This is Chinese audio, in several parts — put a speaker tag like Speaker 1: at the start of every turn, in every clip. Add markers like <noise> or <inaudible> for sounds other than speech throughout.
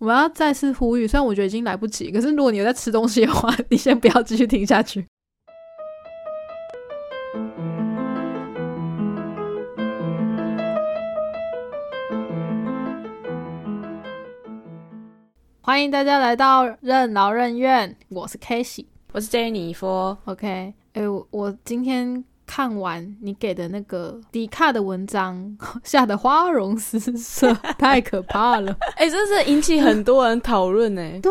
Speaker 1: 我要再次呼吁，虽然我觉得已经来不及，可是如果你有在吃东西的话，你先不要继续听下去。欢迎大家来到任劳任怨，我是 k a s e y
Speaker 2: 我是 Jenny 佛，
Speaker 1: OK，哎、我我今天看完你给的那个迪卡的文章， <laughs> 吓得花容失色，太可怕了。
Speaker 2: <laughs> 哎、这是引起很多人讨论哎呢。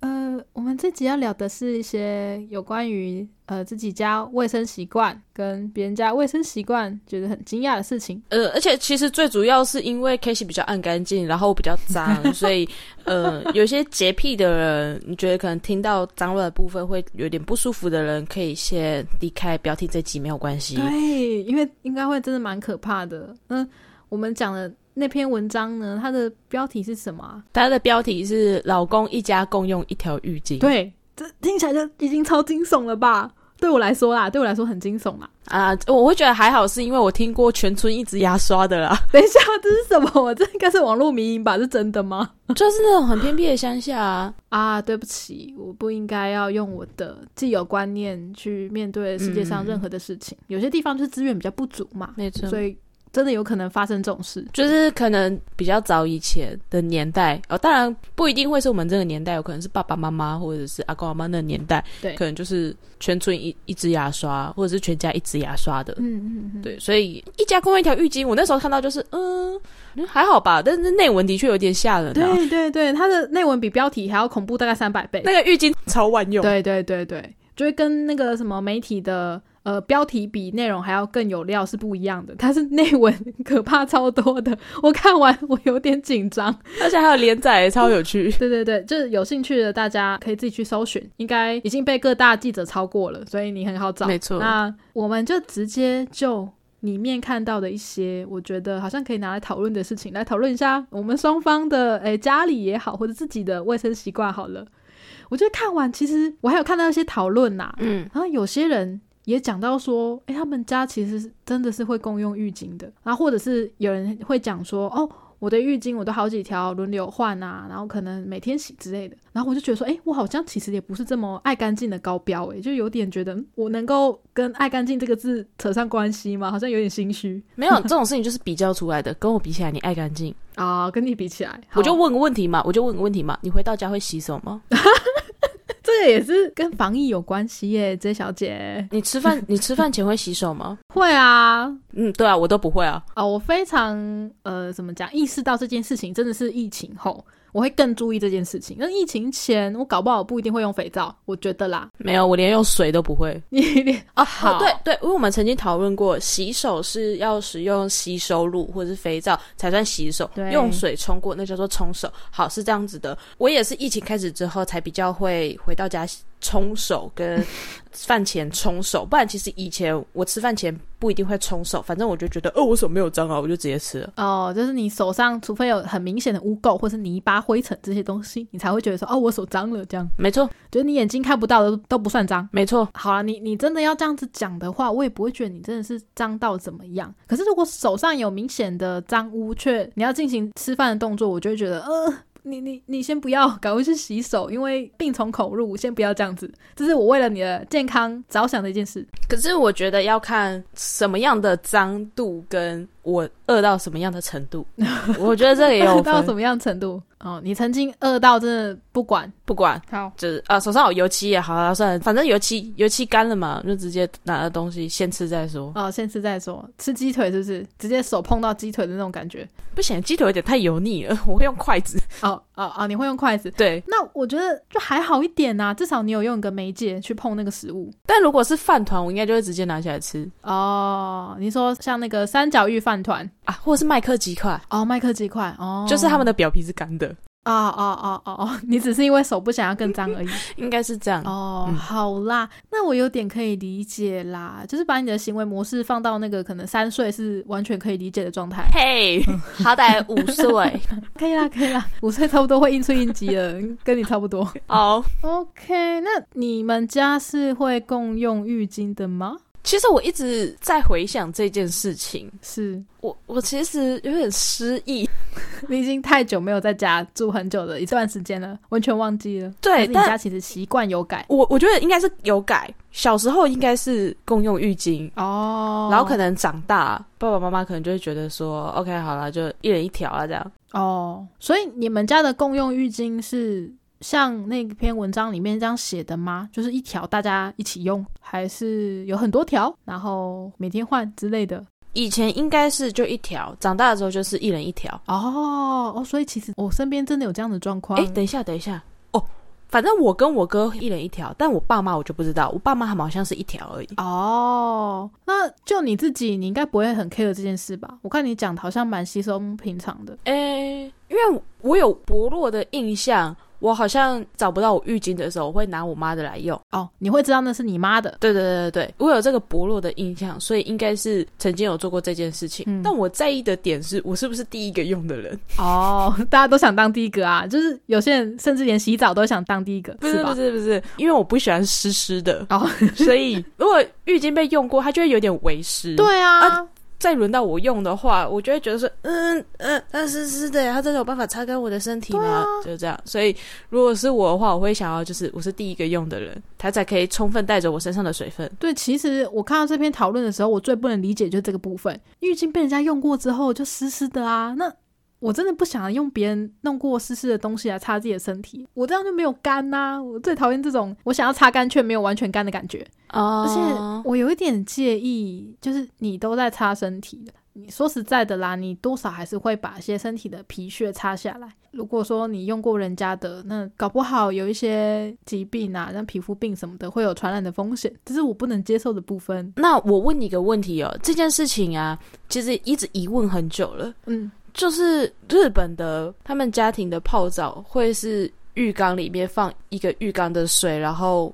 Speaker 1: 呃，我们这集要聊的是一些有关于呃自己家卫生习惯跟别人家卫生习惯觉得很惊讶的事情。
Speaker 2: <laughs> 呃，而且其实最主要是因为 k a s e y 比较暗干净，然后我比较 <laughs> 脏，所以呃，有些洁癖的人，你觉得可能听到脏乱的部分会有点不舒服的人，可以先离开，不要听这集没有关系。
Speaker 1: 对，因为应该会真的蛮可怕的。嗯，我们讲的那篇文章呢，它的标题是什么、啊？
Speaker 2: 它的标题是“老公一家共用一条浴巾”。
Speaker 1: 对，这听起来就已经超惊悚了吧？对我来说啦，对我来说很惊悚啦。
Speaker 2: 啊、我会觉得还好，是因为我听过全村一直牙刷的啦，
Speaker 1: 等一下，这是什么？我这应该是网络迷因吧？是真的吗？
Speaker 2: <laughs> 就是那种很偏僻的乡下啊。
Speaker 1: 啊，对不起，我不应该要用我的既有观念去面对世界上任何的事情。有些地方就是资源比较不足嘛，
Speaker 2: 没错
Speaker 1: 所以嗯真的有可能发生这种事。
Speaker 2: 就是可能比较早以前的年代哦，当然不一定会是我们这个年代，有可能是爸爸妈妈或者是阿公阿妈那个年代，
Speaker 1: 对
Speaker 2: 可能就是全村一一支牙刷，或者是全家一支牙刷的，
Speaker 1: 嗯嗯嗯，
Speaker 2: 对，所以一家共用一条浴巾，我那时候看到就是嗯嗯还好吧，但是内文的确有点吓人啊，
Speaker 1: 对对对，它的内文比标题还要恐怖大概三百倍。
Speaker 2: 那个浴巾超万用，
Speaker 1: 对对对对，就会跟那个什么媒体的呃标题比内容还要更有料是不一样的，它是内文 <laughs> 可怕超多的。我看完我有点紧张。
Speaker 2: 而且还有连载，超有 <laughs> 趣。
Speaker 1: 对 <laughs> 对对，就是有兴趣的大家可以自己去搜寻，应该已经被各大记者超过了，所以你很好找。
Speaker 2: 没错
Speaker 1: 那我们就直接就里面看到的一些，我觉得好像可以拿来讨论的事情，来讨论一下我们双方的诶家里也好，或者自己的卫生习惯好了。我觉得看完，其实我还有看到一些讨论啊呐、
Speaker 2: 嗯，
Speaker 1: 然后有些人也讲到说，诶，他们家其实是真的是会共用浴巾的，然后或者是有人会讲说，哦，我的浴巾我都好几条轮流换啊，然后可能每天洗之类的，然后我就觉得说，诶，我好像其实也不是这么爱干净的高标、诶，就有点觉得嗯我能够跟爱干净这个字扯上关系吗？好像有点心虚
Speaker 2: 没有这种事情就是比较出来的，跟我比起来你爱干净。
Speaker 1: 啊、跟你比起来，
Speaker 2: 我就
Speaker 1: 好
Speaker 2: 问个问题嘛，我就问个问题嘛，你回到家会洗手吗？
Speaker 1: 这个也是跟防疫有关系耶、j 小姐
Speaker 2: 你吃 <laughs> 饭你吃饭前会洗手吗？
Speaker 1: 会啊，
Speaker 2: 嗯，对啊，我都不会啊。
Speaker 1: 啊、我非常呃，怎么讲？意识到这件事情真的是疫情后，我会更注意这件事情。那疫情前，我搞不好不一定会用肥皂，我觉得啦。 <laughs>
Speaker 2: 没有，我连用水都不会。
Speaker 1: 你连
Speaker 2: 哦，
Speaker 1: 好
Speaker 2: 对对，因为我们曾经讨论过，洗手是要使用洗手乳或者是肥皂才算洗手，
Speaker 1: 对
Speaker 2: 用水冲过那叫做冲手。好，是这样子的。我也是疫情开始之后才比较会回到家冲手跟饭前冲手， <laughs> 不然其实以前我吃饭前不一定会冲手，反正我就觉得哦，我手没有脏啊，我就直接吃了。
Speaker 1: 哦，就是你手上，除非有很明显的污垢或是泥巴、灰尘这些东西，你才会觉得说，哦，我手脏了。这样，
Speaker 2: 没错，
Speaker 1: 就是你眼睛看不到的都不算脏。
Speaker 2: 没错。
Speaker 1: 好啊啦，你你真的要这样子讲的话，我也不会觉得你真的是脏到怎么样。可是如果手上有明显的脏污，却你要进行吃饭的动作，我就会觉得，呃，你你你先不要，赶快去洗手，因为病从口入，先不要这样子。这是我为了你的健康着想的一件事。
Speaker 2: 可是我觉得要看什么样的脏度，跟我饿到什么样的程 <laughs> 度。我觉得这个也有
Speaker 1: 饿 <laughs> 到什
Speaker 2: 分，
Speaker 1: 么样程度？哦，你曾经饿到真的不管。
Speaker 2: 不管
Speaker 1: 好，
Speaker 2: 就是啊，手上有油漆也好啊，算了，反正油漆油漆干了嘛，就直接拿了东西先吃再说。
Speaker 1: 哦，先吃再说。吃鸡腿是不是直接手碰到鸡腿的那种感觉？
Speaker 2: 不行，鸡腿有点太油腻了，我会用筷子。
Speaker 1: 哦哦哦，你会用筷子？
Speaker 2: <laughs> 对，
Speaker 1: 那我觉得就还好一点呐、至少你有用一个媒介去碰那个食物。
Speaker 2: 但如果是饭团，我应该就会直接拿起来吃
Speaker 1: 哦，你说像那个三角玉饭团
Speaker 2: 啊，或者是麦克鸡块，
Speaker 1: 哦，麦克鸡块哦，
Speaker 2: 就是他们的表皮是干的，
Speaker 1: 哦哦哦哦哦，你只是因为手不想要更脏而已。
Speaker 2: 应该是这样。
Speaker 1: 哦，
Speaker 2: 嗯
Speaker 1: 好啦，那我有点可以理解啦，就是把你的行为模式放到那个可能三岁是完全可以理解的状
Speaker 2: <laughs>
Speaker 1: 态。
Speaker 2: 嘿、好歹五岁，
Speaker 1: 可以啦，可以啦， <laughs> 五岁差不多会应催应急了，跟你差不多。
Speaker 2: <laughs> 好。
Speaker 1: OK，那你们家是会共用浴巾的吗？
Speaker 2: 其实我一直在回想这件事情，
Speaker 1: 是
Speaker 2: 我我其实有点失忆，
Speaker 1: <laughs> 你已经太久没有在家住很久的一段时间了，完全忘记了。
Speaker 2: 对
Speaker 1: 还是你
Speaker 2: 但
Speaker 1: 家其实习惯有改
Speaker 2: 我我觉得应该是有改，小时候应该是共用浴巾。
Speaker 1: 哦
Speaker 2: 然后可能长大，爸爸妈妈可能就会觉得说，OK，好了，就一人一条啊，这样。
Speaker 1: 哦，所以你们家的共用浴巾是像那篇文章里面这样写的吗？就是一条大家一起用，还是有很多条，然后每天换之类的？
Speaker 2: 以前应该是就一条，长大的时候就是一人一条。
Speaker 1: 哦哦，所以其实我身边真的有这样的状况。
Speaker 2: 哎、等一下，等一下，哦，反正我跟我哥一人一条，但我爸妈我就不知道，我爸妈他们好像是一条而已。
Speaker 1: 哦，那就你自己，你应该不会很 care 这件事吧？我看你讲的好像蛮稀松平常的。
Speaker 2: 哎、因为我有薄弱的印象，我好像找不到我浴巾的时候，我会拿我妈的来用。
Speaker 1: 哦，你会知道那是你妈的。
Speaker 2: 对对对对对，我有这个薄弱的印象，所以应该是曾经有做过这件事情。
Speaker 1: 嗯
Speaker 2: 但我在意的点是我是不是第一个用的人？
Speaker 1: 哦，大家都想当第一个啊，就是有些人甚至连洗澡都想当第一个，
Speaker 2: 不是
Speaker 1: 吧
Speaker 2: 不？是不是，因为我不喜欢湿湿的，
Speaker 1: 哦，
Speaker 2: <laughs> 所以如果浴巾被用过，它就会有点微湿。
Speaker 1: 对啊
Speaker 2: 再轮到我用的话，我就会觉得说，嗯嗯，那湿湿的，它真的有办法擦干我的身体吗？啊就这样。所以如果是我的话，我会想要就是我是第一个用的人，它才可以充分带走我身上的水分。
Speaker 1: 对，其实我看到这篇讨论的时候，我最不能理解就是这个部分，浴巾被人家用过之后就湿湿的啊，那我真的不想用别人弄过湿湿的东西来擦自己的身体，我这样就没有干呐、我最讨厌这种我想要擦干却没有完全干的感觉，
Speaker 2: 哦
Speaker 1: 而且我有一点介意，就是你都在擦身体的。你说实在的啦，你多少还是会把一些身体的皮屑擦下来。如果说你用过人家的，那搞不好有一些疾病啊，像皮肤病什么的，会有传染的风险，这是我不能接受的部分。
Speaker 2: 那我问你一个问题哦，这件事情啊，其实一直疑问很久了，
Speaker 1: 嗯，
Speaker 2: 就是日本的他们家庭的泡澡会是浴缸里面放一个浴缸的水，然后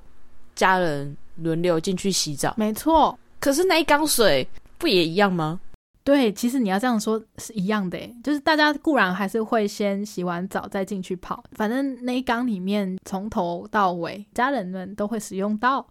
Speaker 2: 家人轮流进去洗澡，
Speaker 1: 没错，
Speaker 2: 可是那一缸水不也一样吗？
Speaker 1: 对，其实你要这样说是一样的诶，欸就是大家固然还是会先洗完澡再进去泡，反正那一缸里面从头到尾，家人们都会使用到。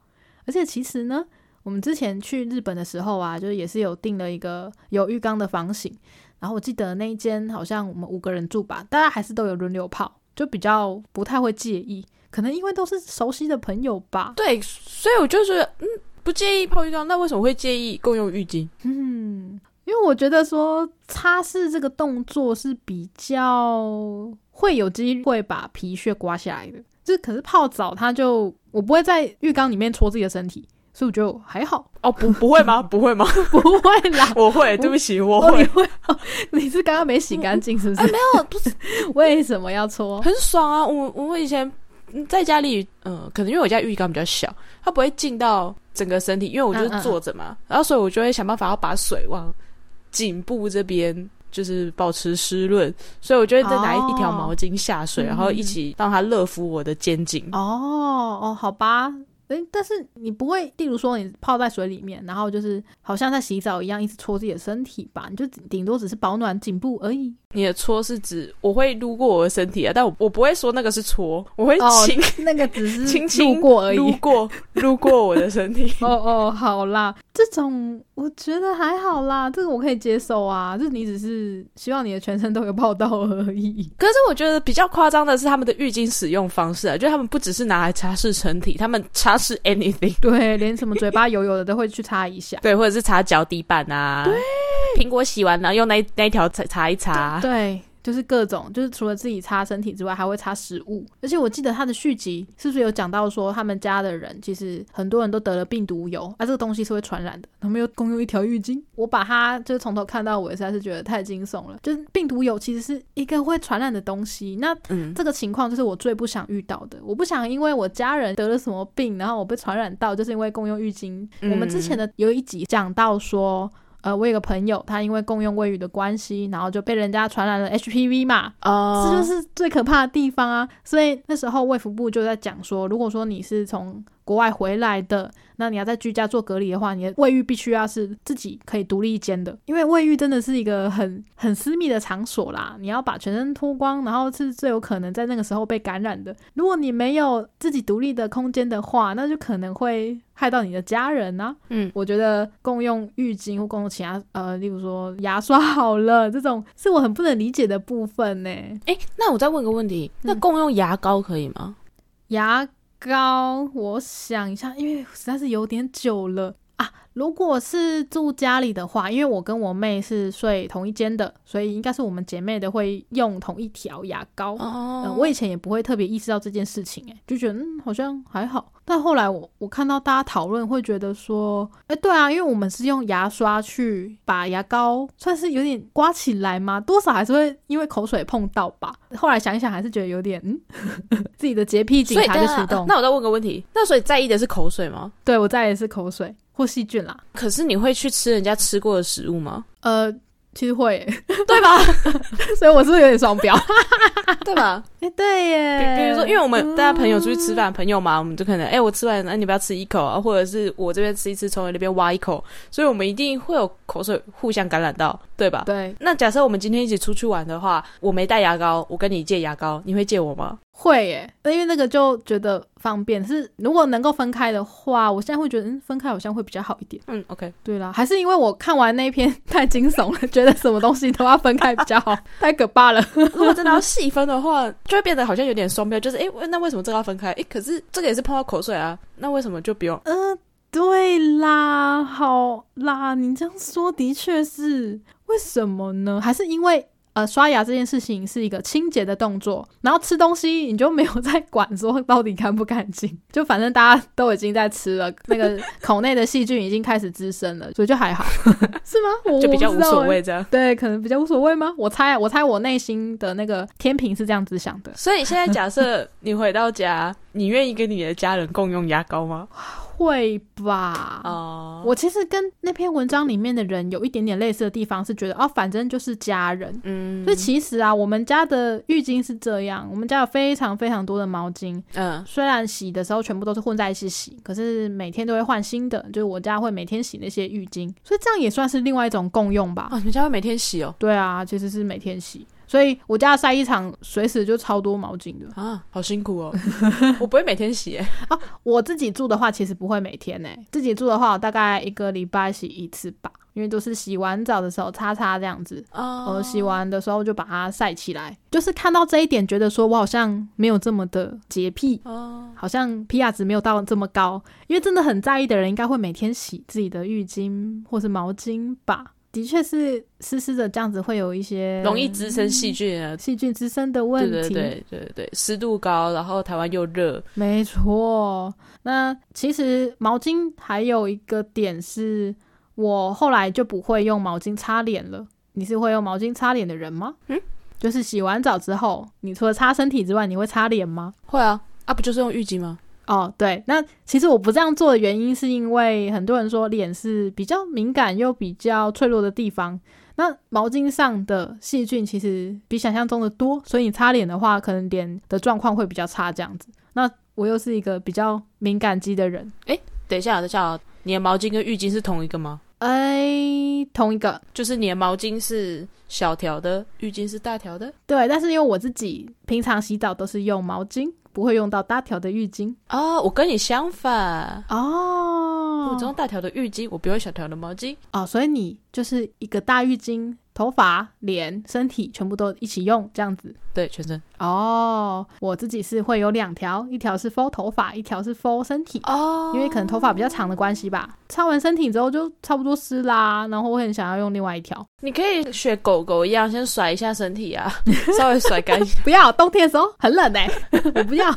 Speaker 1: 而且其实呢，我们之前去日本的时候啊，就是也是有订了一个有浴缸的房型，然后我记得那一间好像我们五个人住吧，大家还是都有轮流泡，就比较不太会介意，可能因为都是熟悉的朋友吧。
Speaker 2: 对，所以我就觉得，嗯，不介意泡浴缸，那为什么会介意共用浴巾？
Speaker 1: 嗯，因为我觉得说擦拭这个动作是比较会有机会把皮屑刮下来的，就是可是泡澡它就我不会在浴缸里面搓自己的身体，所以我觉得还好， <laughs>
Speaker 2: 哦，不，不会吗？不会吗？。
Speaker 1: 不会啦 <laughs>
Speaker 2: 我会，对不起，我会
Speaker 1: 你。会、哦你是刚刚没洗干净是不 <laughs> 是？没
Speaker 2: 有不
Speaker 1: 是。为什么要搓？
Speaker 2: 很爽啊！我我以前嗯在家里，嗯、可能因为我家浴缸比较小，它不会进到整个身体，因为我就
Speaker 1: 嗯嗯
Speaker 2: 是
Speaker 1: 嗯
Speaker 2: 坐着嘛，然后所以我就会想办法要把水往颈部这边。就是保持湿润，所以我就会再拿
Speaker 1: 哦
Speaker 2: 一一条毛巾下水，
Speaker 1: 嗯
Speaker 2: 然后一起让它热敷我的肩颈。
Speaker 1: <laughs> 哦哦，好吧。诶，但是你不会，例如说你泡在水里面，然后就是好像在洗澡一样，一直搓自己的身体吧？你就顶顶多只是保暖颈部而已。
Speaker 2: 你的搓是指我会撸过我的身体啊，但我我不会说那个是搓，我会
Speaker 1: 哦
Speaker 2: 轻
Speaker 1: <laughs> 那个只是
Speaker 2: 轻轻
Speaker 1: 路过而
Speaker 2: 撸
Speaker 1: 已。
Speaker 2: 过撸过我的身体。
Speaker 1: 哦哦，好啦，这种我觉得还好啦，这个我可以接受啊。就是你只是希望你的全身都有泡到而已。
Speaker 2: 可是我觉得比较夸张的是他们的浴巾使用方式啊，就他们不只是拿来擦拭身体，他们擦拭 <laughs> anything，。
Speaker 1: 对，连什么嘴巴油油的都会去擦一下
Speaker 2: 对，或者是擦脚底板啊，对，苹果洗完然后用那一那一条擦擦一擦。
Speaker 1: 对，就是各种，就是除了自己擦身体之外，还会擦食物。而且我记得他的续集是不是有讲到说，他们家的人其实很多人都得了病毒疣，啊，这个东西是会传染的。他们又共用一条浴巾，我把它就是从头看到尾，实在是觉得太惊悚了。就是病毒疣其实是一个会传染的东西，那
Speaker 2: 嗯，
Speaker 1: 这个情况就是我最不想遇到的。我不想因为我家人得了什么病，然后我被传染到，就是因为共用浴巾。
Speaker 2: 嗯
Speaker 1: 我们之前的有一集讲到说。呃，我有个朋友，他因为共用卫浴的关系，然后就被人家传染了 HPV 嘛，
Speaker 2: 哦
Speaker 1: 这就是最可怕的地方啊！所以那时候卫福部就在讲说，如果说你是从国外回来的，那你要在居家做隔离的话，你的卫浴必须要是自己可以独立一间的，因为卫浴真的是一个很很私密的场所啦。你要把全身脱光，然后是最有可能在那个时候被感染的。如果你没有自己独立的空间的话，那就可能会害到你的家人啊。
Speaker 2: 嗯，
Speaker 1: 我觉得共用浴巾或共用其他呃，例如说牙刷好了，这种是我很不能理解的部分呢。
Speaker 2: 诶，那我再问个问题，那
Speaker 1: 嗯
Speaker 2: 共用牙膏可以吗？
Speaker 1: 牙膏，我想一下，因为实在是有点久了啊。如果是住家里的话，因为我跟我妹是睡同一间的，所以应该是我们姐妹的会用同一条牙膏。
Speaker 2: 哦
Speaker 1: 呃我以前也不会特别意识到这件事情、欸，就觉得嗯好像还好。但后来我我看到大家讨论，会觉得说，哎、对啊，因为我们是用牙刷去把牙膏算是有点刮起来嘛，多少还是会因为口水碰到吧。后来想一想，还是觉得有点嗯， <laughs> 自己的洁癖警
Speaker 2: 所以
Speaker 1: 察就
Speaker 2: 等
Speaker 1: 出
Speaker 2: 一下
Speaker 1: 动。
Speaker 2: 那我再问个问题，那所以在意的是口水吗？
Speaker 1: 对我再也是口水或细菌啦，
Speaker 2: 可是你会去吃人家吃过的食物吗？
Speaker 1: 呃，其实会、欸
Speaker 2: 对吧？
Speaker 1: <laughs> 所以我是不是有点双标？
Speaker 2: <laughs> 对吧？
Speaker 1: 哎、对
Speaker 2: 比
Speaker 1: 耶，
Speaker 2: 比如说，因为我们
Speaker 1: 嗯
Speaker 2: 大家朋友出去吃饭，朋友嘛，我们就可能，哎、我吃完，那、你不要吃一口啊，或者是我这边吃一吃，从你那边挖一口，所以我们一定会有口水互相感染到，对吧？
Speaker 1: 对
Speaker 2: 那假设我们今天一起出去玩的话，我没带牙膏，我跟你借牙膏，你会借我吗？
Speaker 1: 会耶，因为那个就觉得方便。是如果能够分开的话，我现在会觉得，嗯，分开好像会比较好一点。
Speaker 2: 嗯，OK， <laughs>
Speaker 1: 对啦，还是因为我看完那一篇 <laughs> 太惊悚了，觉得什么东西都要分开比较好，太可怕了。
Speaker 2: 如果真的要细分的话，就会变得好像有点双标，就是哎、诶那为什么这个要分开？哎、可是这个也是碰到口水啊，那为什么就不用？
Speaker 1: 嗯、对啦，好啦，你这样说的确是，为什么呢？还是因为。呃，刷牙这件事情是一个清洁的动作，然后吃东西你就没有在管说到底干不干净，就反正大家都已经在吃了，那个口内的细菌已经开始滋生了，所以就还好， <laughs> 是吗？我
Speaker 2: 就比较
Speaker 1: 我
Speaker 2: 无
Speaker 1: 不知道
Speaker 2: 所
Speaker 1: 欸
Speaker 2: 谓这样。
Speaker 1: 对，可能比较无所谓吗？我猜，我猜我内心的那个天平是这样子想的，
Speaker 2: 所以现在假设你回到家，你愿意跟你的家人共用牙
Speaker 1: <laughs>
Speaker 2: 膏吗？
Speaker 1: 会吧？
Speaker 2: 哦、
Speaker 1: 我其实跟那篇文章里面的人有一点点类似的地方，是觉得哦，反正就是家人。
Speaker 2: 嗯，
Speaker 1: 所以其实啊，我们家的浴巾是这样，我们家有非常非常多的毛巾，
Speaker 2: 嗯，
Speaker 1: 虽然洗的时候全部都是混在一起洗，可是每天都会换新的，就是我家会每天洗那些浴巾，所以这样也算是另外一种共用吧。
Speaker 2: 哦，你们家会每天洗哦？
Speaker 1: 对啊，其实是每天洗，所以我家的晒衣场随时就超多毛巾的。
Speaker 2: 啊，好辛苦 <laughs> 哦！我不会每天洗耶，
Speaker 1: 我自己住的话，其实不会每天呢、自己住的话，我大概一个礼拜洗一次吧，因为都是洗完澡的时候擦擦这样子。
Speaker 2: 哦
Speaker 1: 呃，洗完的时候就把它晒起来。就是看到这一点，觉得说我好像没有这么的洁癖，
Speaker 2: 哦，
Speaker 1: 好像 P R 值没有到这么高。因为真的很在意的人，应该会每天洗自己的浴巾或是毛巾吧。的确是湿湿的，这样子会有一些
Speaker 2: 容易滋生细菌啊。
Speaker 1: 细菌滋生的问
Speaker 2: 对
Speaker 1: 题。
Speaker 2: 对对对对，湿度高，然后台湾又热，
Speaker 1: 没错，那其实毛巾还有一个点是，我后来就不会用毛巾擦脸了。你是会用毛巾擦脸的人吗？
Speaker 2: 嗯，
Speaker 1: 就是洗完澡之后，你除了擦身体之外，你会擦脸吗？
Speaker 2: 会啊啊，不就是用浴巾吗？
Speaker 1: 哦，对，那其实我不这样做的原因，是因为很多人说脸是比较敏感又比较脆弱的地方，那毛巾上的细菌其实比想象中的多，所以你擦脸的话，可能脸的状况会比较差这样子。那我又是一个比较敏感肌的人，
Speaker 2: 等一下，等一下啊，你的毛巾跟浴巾是同一个吗？
Speaker 1: 哎，同一个，
Speaker 2: 就是你的毛巾是小条的，浴巾是大条的
Speaker 1: 对，但是因为我自己平常洗澡都是用毛巾，不会用到大条的浴巾
Speaker 2: 哦，我跟你相反，我
Speaker 1: 哦
Speaker 2: 只用大条的浴巾，我不用小条的毛巾。
Speaker 1: 哦，所以你就是一个大浴巾，头发、脸、身体全部都一起用这样子。
Speaker 2: 对，全身。
Speaker 1: 哦，我自己是会有两条，一条是 f 头发，一条是 f 身体，
Speaker 2: 哦
Speaker 1: 因为可能头发比较长的关系吧。擦完身体之后就差不多湿啦，然后我很想要用另外一条，
Speaker 2: 你可以学狗狗一样，先甩一下身体 <laughs> 啊，稍微甩干一下。
Speaker 1: 不要冬天的时候很冷哎、 <laughs> 我不要。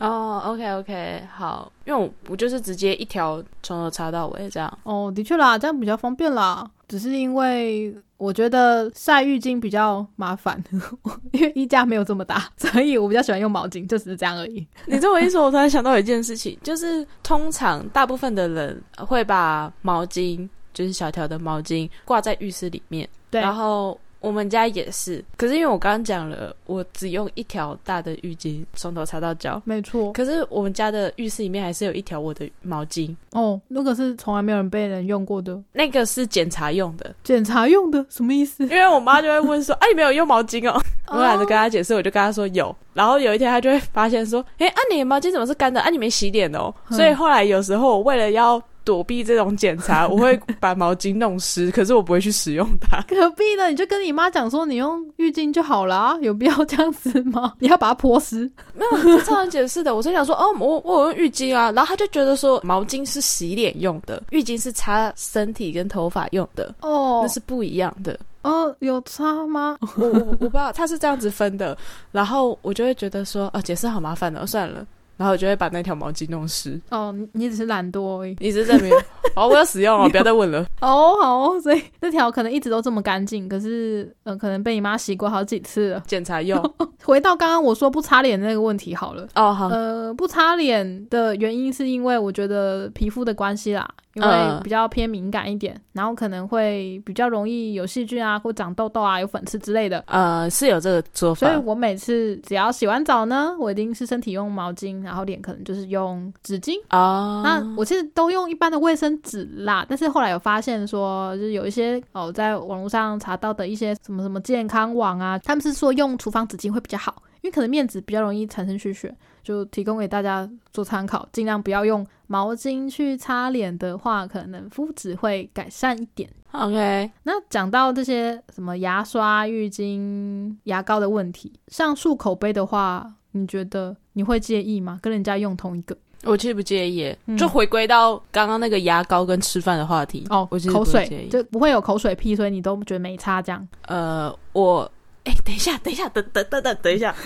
Speaker 2: 哦、o k OK，好，因为我我就是直接一条从头插到尾这样。
Speaker 1: 哦，的确啦，这样比较方便啦。只是因为我觉得晒浴巾比较麻烦， <laughs> 因为衣架没有这么大，所以我比较喜欢用毛巾，就只是这样而已。
Speaker 2: 你这么一说，我突然想到一件事情，就是通常大部分的人会把毛巾，就是小条的毛巾挂在浴室里面，
Speaker 1: 对，
Speaker 2: 然后。我们家也是，可是因为我刚刚讲了，我只用一条大的浴巾从头擦到脚。
Speaker 1: 没错。
Speaker 2: 可是我们家的浴室里面还是有一条我的毛巾，
Speaker 1: 哦，那个是从来没有人被人用过的，
Speaker 2: 那个是检查用的，
Speaker 1: 检查用的，什么意思？啊
Speaker 2: 因为我妈就会问说：“啊，你没有用毛巾哦？” <laughs> 我懒得跟她解释，我就跟她说有。然后有一天她就会发现说：“诶，啊，你的毛巾怎么是干的？啊，你没洗脸哦。”
Speaker 1: 嗯
Speaker 2: 所以后来有时候我为了要躲避这种检查，我会把毛巾弄湿， <laughs> 可是我不会去使用它。
Speaker 1: 何必呢？你就跟你妈讲说，你用浴巾就好啦，有必要这样子吗？ <laughs> 你要把它泼湿，
Speaker 2: 没有，这超难解释的。我就想说，哦，我我有用浴巾啊，然后她就觉得说毛巾是洗脸用的，浴巾是擦身体跟头发用的，
Speaker 1: 哦
Speaker 2: 那是不一样的。
Speaker 1: 哦，有差吗？
Speaker 2: <laughs> 我我我不知道，他是这样子分的，然后我就会觉得说，哦，解释好麻烦哦，算了，然后我就会把那条毛巾弄湿。
Speaker 1: 哦，你你只是懒惰而已。
Speaker 2: 你是
Speaker 1: <laughs>
Speaker 2: 证明，哦，我要使用了，不要再问了。
Speaker 1: 哦，好哦，所以那条可能一直都这么干净，可是呃，可能被你妈洗过好几次了。
Speaker 2: 检查用，
Speaker 1: 回到刚刚我说不擦脸的那个问题好了。
Speaker 2: 哦
Speaker 1: <laughs>
Speaker 2: 好，
Speaker 1: 呃，不擦脸的原因是因为我觉得皮肤的关系啦，因为
Speaker 2: 嗯
Speaker 1: 比较偏敏感一点，然后可能会比较容易有细菌啊，或长痘痘啊，有粉刺之类的。
Speaker 2: 呃，是有这个说法
Speaker 1: 所以，我每次只要洗完澡呢，我一定是身体用毛巾，然后脸可能就是用纸巾。
Speaker 2: 哦，
Speaker 1: 那我其实都用一般的卫生纸啦，但是后来有发现说，就是有一些哦，在网络上查到的一些什么什么健康网啊，他们是说用厨房纸巾会比较好，因为可能面纸比较容易产生虚血，就提供给大家做参考，尽量不要用毛巾去擦脸的话，可能肤质会改善一点。
Speaker 2: OK，
Speaker 1: 那讲到这些什么牙刷、浴巾、牙膏的问题，上述口碑的话，你觉得你会介意吗？跟人家用同一个？
Speaker 2: 我其实不介意，
Speaker 1: 嗯
Speaker 2: 就回归到刚刚那个牙膏跟吃饭的话题。
Speaker 1: 哦，
Speaker 2: 我其实
Speaker 1: 口
Speaker 2: 不会介
Speaker 1: 水
Speaker 2: 意。
Speaker 1: 就不会有口水屁，所以你都觉得没差这样。
Speaker 2: 呃，我，哎，等一下，等一下，等等等等，等一下，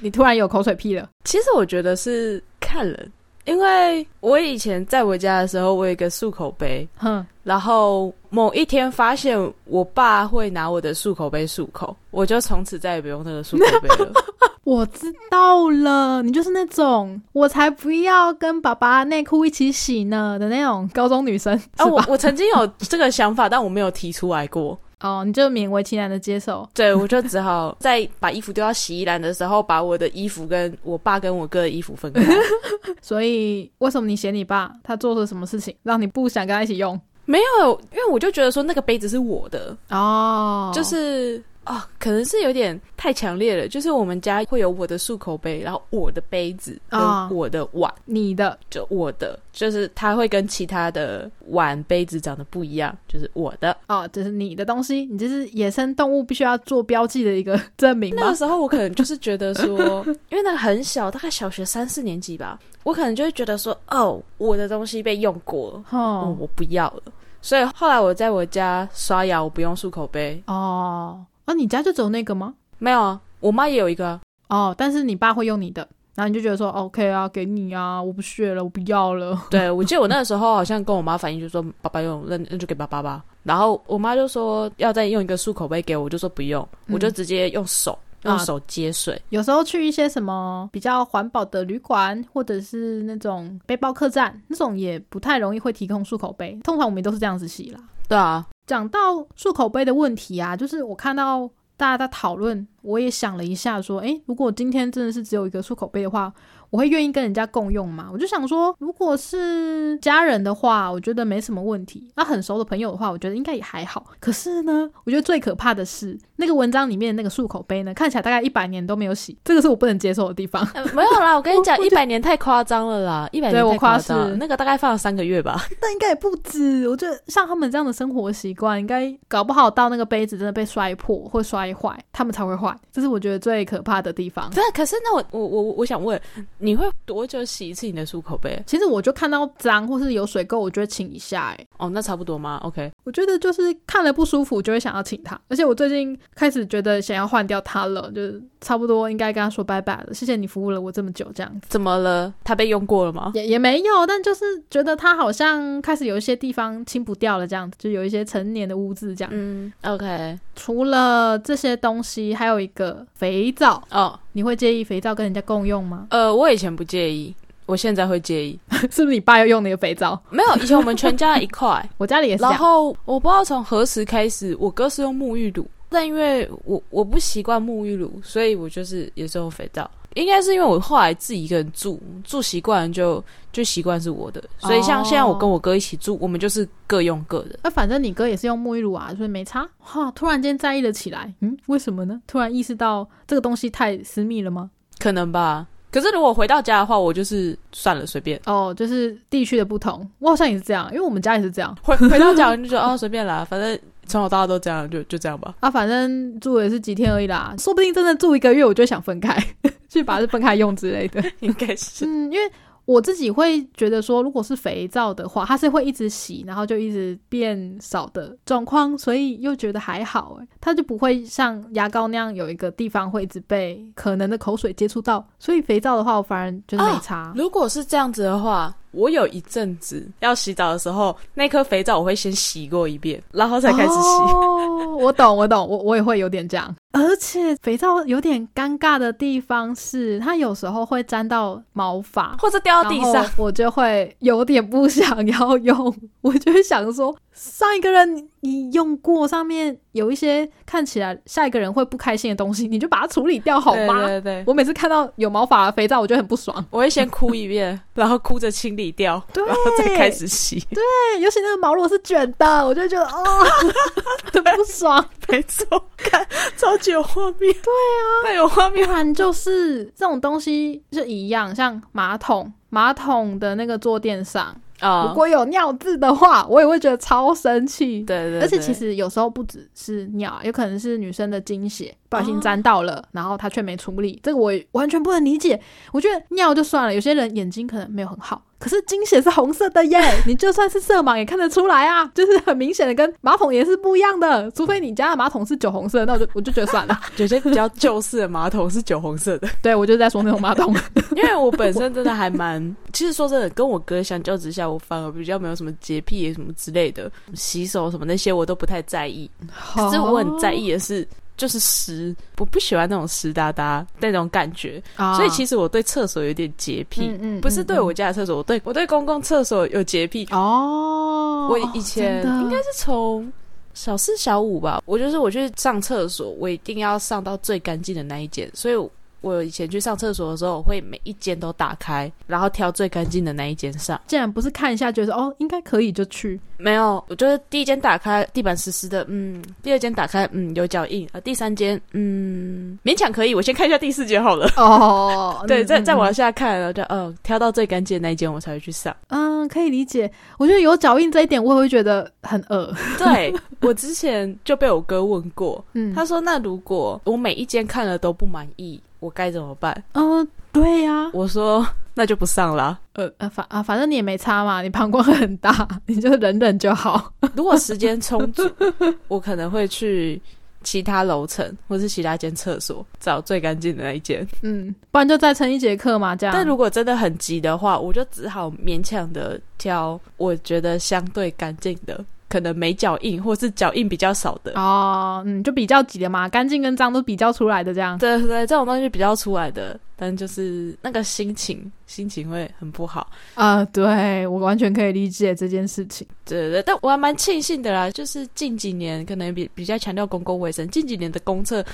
Speaker 1: 你突然有口水屁了，
Speaker 2: 其实我觉得是看人，因为我以前在我家的时候，我有一个漱口杯，
Speaker 1: 哼，
Speaker 2: 然后某一天发现我爸会拿我的漱口杯漱口，我就从此再也不用那个漱口杯了。
Speaker 1: 我知道了，你就是那种我才不要跟爸爸内裤一起洗呢的那种高中女生，
Speaker 2: <laughs> 啊，
Speaker 1: 是
Speaker 2: <laughs> 我
Speaker 1: 吧？
Speaker 2: 我曾经有这个想法，但我没有提出来过。
Speaker 1: 哦，你就勉为其难的接受，
Speaker 2: 对，我就只好在把衣服丢到洗衣篮的时候，把我的衣服跟我爸跟我哥的衣服分开。
Speaker 1: 所以为什么你嫌你爸他做了什么事情让你不想跟他一起用？
Speaker 2: <laughs> 没有，因为我就觉得说那个杯子是我的，
Speaker 1: 哦，
Speaker 2: 就是哦，可能是有点太强烈了。就是我们家会有我的漱口杯，然后我的杯子跟
Speaker 1: 啊
Speaker 2: 我的碗，
Speaker 1: 你的
Speaker 2: 就我的，就是它会跟其他的碗杯子长得不一样，就是我的。
Speaker 1: 哦，这是你的东西，你这是野生动物必须要做标记的一个 <laughs> 证明
Speaker 2: 那
Speaker 1: 吗
Speaker 2: 个？时候我可能就是觉得 <laughs> 说，因为那个很小，大概小学三四年级吧，我可能就会觉得说，哦，我的东西被用过了，哦，
Speaker 1: 哦
Speaker 2: 我不要了。所以后来我在我家刷牙，我不用漱口杯，
Speaker 1: 哦，啊，你家就只有那个吗？
Speaker 2: 没有啊，我妈也有一个啊、
Speaker 1: 哦，但是你爸会用你的，然后你就觉得说 OK 啊，给你啊，我不屑了，我不要了。 <laughs>
Speaker 2: 对，我记得我那个时候好像跟我妈反映，就说爸爸用，那那就给爸爸吧。然后我妈就说要再用一个漱口杯给我，我就说不用，
Speaker 1: 嗯
Speaker 2: 我就直接用手用手接水。
Speaker 1: 有时候去一些什么比较环保的旅馆，或者是那种背包客栈，那种也不太容易会提供漱口杯，通常我们都是这样子洗啦。
Speaker 2: 对啊，
Speaker 1: 讲到漱口杯的问题啊，就是我看到大家在讨论，我也想了一下，说，诶，如果今天真的是只有一个漱口杯的话，我会愿意跟人家共用吗？我就想说，如果是家人的话，我觉得没什么问题；那很熟的朋友的话，我觉得应该也还好。可是呢，我觉得最可怕的是那个文章里面那个漱口杯呢，看起来大概一百年都没有洗，这个是我不能接受的地方。
Speaker 2: 呃没有啦，我跟你讲，
Speaker 1: 我
Speaker 2: 一百年太夸张了啦，一百
Speaker 1: 对
Speaker 2: 年
Speaker 1: 我
Speaker 2: 太夸张
Speaker 1: 夸是
Speaker 2: 了，那个大概放了三个月吧。
Speaker 1: 但应该也不止。我觉得像他们这样的生活习惯，应该搞不好到那个杯子真的被摔破或摔坏，他们才会坏。这是我觉得最可怕的地方。
Speaker 2: <laughs> 对啊，可是那我我我我想问，你会多久洗一次你的漱口杯？
Speaker 1: 其实我就看到脏或是有水垢，我就会请一下、欸。
Speaker 2: 哦，那差不多吗？OK，
Speaker 1: 我觉得就是看了不舒服就会想要请他，而且我最近开始觉得想要换掉他了，就是差不多应该跟他说拜拜了。谢谢你服务了我这么久，这样子
Speaker 2: 怎么了？它被用过了吗？
Speaker 1: 也也没有，但就是觉得他好像开始有一些地方清不掉了，这样子就有一些成年的污渍这样。
Speaker 2: 嗯，OK，
Speaker 1: 除了这些东西，还有一个肥皂，
Speaker 2: 哦，
Speaker 1: 你会介意肥皂跟人家共用吗？
Speaker 2: 呃，我以前不介意，我现在会介意，
Speaker 1: <laughs> 是不是你爸要用那个肥皂？
Speaker 2: 没有，以前我们全家一块，
Speaker 1: 我家里也是这
Speaker 2: 然
Speaker 1: 样。
Speaker 2: 后我不知道从何时开始，我哥是用沐浴乳，但因为我我不习惯沐浴乳，所以我就是也是用肥皂。应该是因为我后来自己一个人住，住习惯了就就习惯是我的，所以像
Speaker 1: 哦
Speaker 2: 现在我跟我哥一起住，我们就是各用各的。
Speaker 1: 那、呃反正你哥也是用沐浴乳啊，所以没差。哈，突然间在意了起来，嗯，为什么呢？突然意识到这个东西太私密了吗？
Speaker 2: 可能吧。可是如果回到家的话，我就是算了，随便。
Speaker 1: 哦，就是地区的不同，我好像也是这样，因为我们家也是这样
Speaker 2: 回回到家我就觉得哦，随便啦，反正从小到大都这样，就就这样吧。
Speaker 1: 啊。反正住也是几天而已啦，说不定真的住一个月，我就会想分开， <laughs> 去把它分开用之类的。
Speaker 2: <laughs> 应该是
Speaker 1: 嗯，因为我自己会觉得说，如果是肥皂的话，它是会一直洗，然后就一直变少的状况，所以又觉得还好，诶，它就不会像牙膏那样有一个地方会一直被可能的口水接触到，所以肥皂的话，我反而觉得没差。
Speaker 2: 如果是这样子的话，我有一阵子要洗澡的时候，那颗肥皂我会先洗过一遍，
Speaker 1: <laughs>
Speaker 2: 然后才开始洗。
Speaker 1: 哦，啊我懂，我懂，我我也会有点这样。而且肥皂有点尴尬的地方是，它有时候会沾到毛发，
Speaker 2: 或者掉到地上
Speaker 1: 然，后我就会有点不想要用，我就会想说，上一个人你你用过，上面有一些看起来下一个人会不开心的东西，你就把它处理掉好吗？
Speaker 2: 对对对，
Speaker 1: 我每次看到有毛发的肥皂，我就很不爽。
Speaker 2: 我会先哭一遍，然后哭着清理掉，
Speaker 1: 对
Speaker 2: 然后再开始洗。
Speaker 1: 对，哎尤其那个毛如果是卷的，我就会觉
Speaker 2: <laughs>
Speaker 1: 得哦，很不爽。
Speaker 2: 没错，看超级有画面。对啊，太有画面
Speaker 1: 不。然就是这种东西是一样，像马桶，马桶的那个坐垫上，
Speaker 2: 啊
Speaker 1: 如果有尿渍的话，我也会觉得超生气。
Speaker 2: 对对对，
Speaker 1: 而且其实有时候不只是尿，啊有可能是女生的经血
Speaker 2: 哦
Speaker 1: 不小心沾到了，然后她却没处理，这个我也完全不能理解。我觉得尿就算了，有些人眼睛可能没有很好，可是经血是红色的
Speaker 2: <laughs>
Speaker 1: 耶，你就算是色盲也看得出来啊，就是很明显的跟马桶也是不一样的，除非你家的马桶是酒红色的，那我就我就觉得算
Speaker 2: <laughs>
Speaker 1: 了。
Speaker 2: 有些比较旧式的马桶是酒红色的，
Speaker 1: 对我就在说那种马桶，
Speaker 2: <laughs> 因为我本身真的还蛮……其实说真的，跟我哥相较之下，我反而比较没有什么洁癖什么之类的，洗手什么那些我都不太在意。可
Speaker 1: 可
Speaker 2: 是我很在意的是，就是湿，我不喜欢那种湿哒哒那种感觉，所以其
Speaker 1: 实
Speaker 2: 实我对厕所有点洁癖，
Speaker 1: 啊嗯
Speaker 2: 不是对我家的厕所，我对我对公共厕所有洁癖。
Speaker 1: 哦，
Speaker 2: 我以前
Speaker 1: 真的
Speaker 2: 应该是从小四小五吧，我就是我去上厕所，我一定要上到最干净的那一间，所以我以前去上厕所的时候，我会每一间都打开，然后挑最干净的那一间上。
Speaker 1: 竟然不是看一下觉得哦应该可以就去，
Speaker 2: 没有，我就是第一间打开，地板湿湿的，嗯；第二间打开，嗯，有脚印；啊，第三间，嗯，勉强可以。我先看一下第四间好了。
Speaker 1: <laughs> 哦
Speaker 2: 对，再再
Speaker 1: 玩。
Speaker 2: 往下看，然后就嗯，挑到最干净的那一间，我才会去上。
Speaker 1: 嗯，可以理解。我觉得有脚印这一点，我也会觉得很恶。
Speaker 2: 对我之前就被我哥问过，
Speaker 1: 嗯，
Speaker 2: 他说：“那如果我每一间看了都不满意，我该怎么办
Speaker 1: 嗯、对呀、？”
Speaker 2: 我说：“那就不上啦。 <laughs>
Speaker 1: 呃呃，反啊，反正你也没差嘛，你膀胱很大， <laughs> 你就忍忍就好。
Speaker 2: 如果时间充足， <laughs> 我可能会去其他楼层或是其他间厕所找最干净的那一间。
Speaker 1: 嗯， <laughs> 不然就再撑一节课嘛，这样。
Speaker 2: 但如果真的很急的话，我就只好勉强的挑我觉得相对干净的，可能没脚印或是脚印比较少的。
Speaker 1: 哦，嗯，就比较急的嘛，干净跟脏都比较出来的这样。
Speaker 2: 对对对，这种东西比较出来的，但就是那个心情，心情会很不好。”
Speaker 1: 啊、对我完全可以理解这件事情。
Speaker 2: 对对对，但我还蛮庆幸的啦，就是近几年可能比比较强调公共卫生，近几年的公厕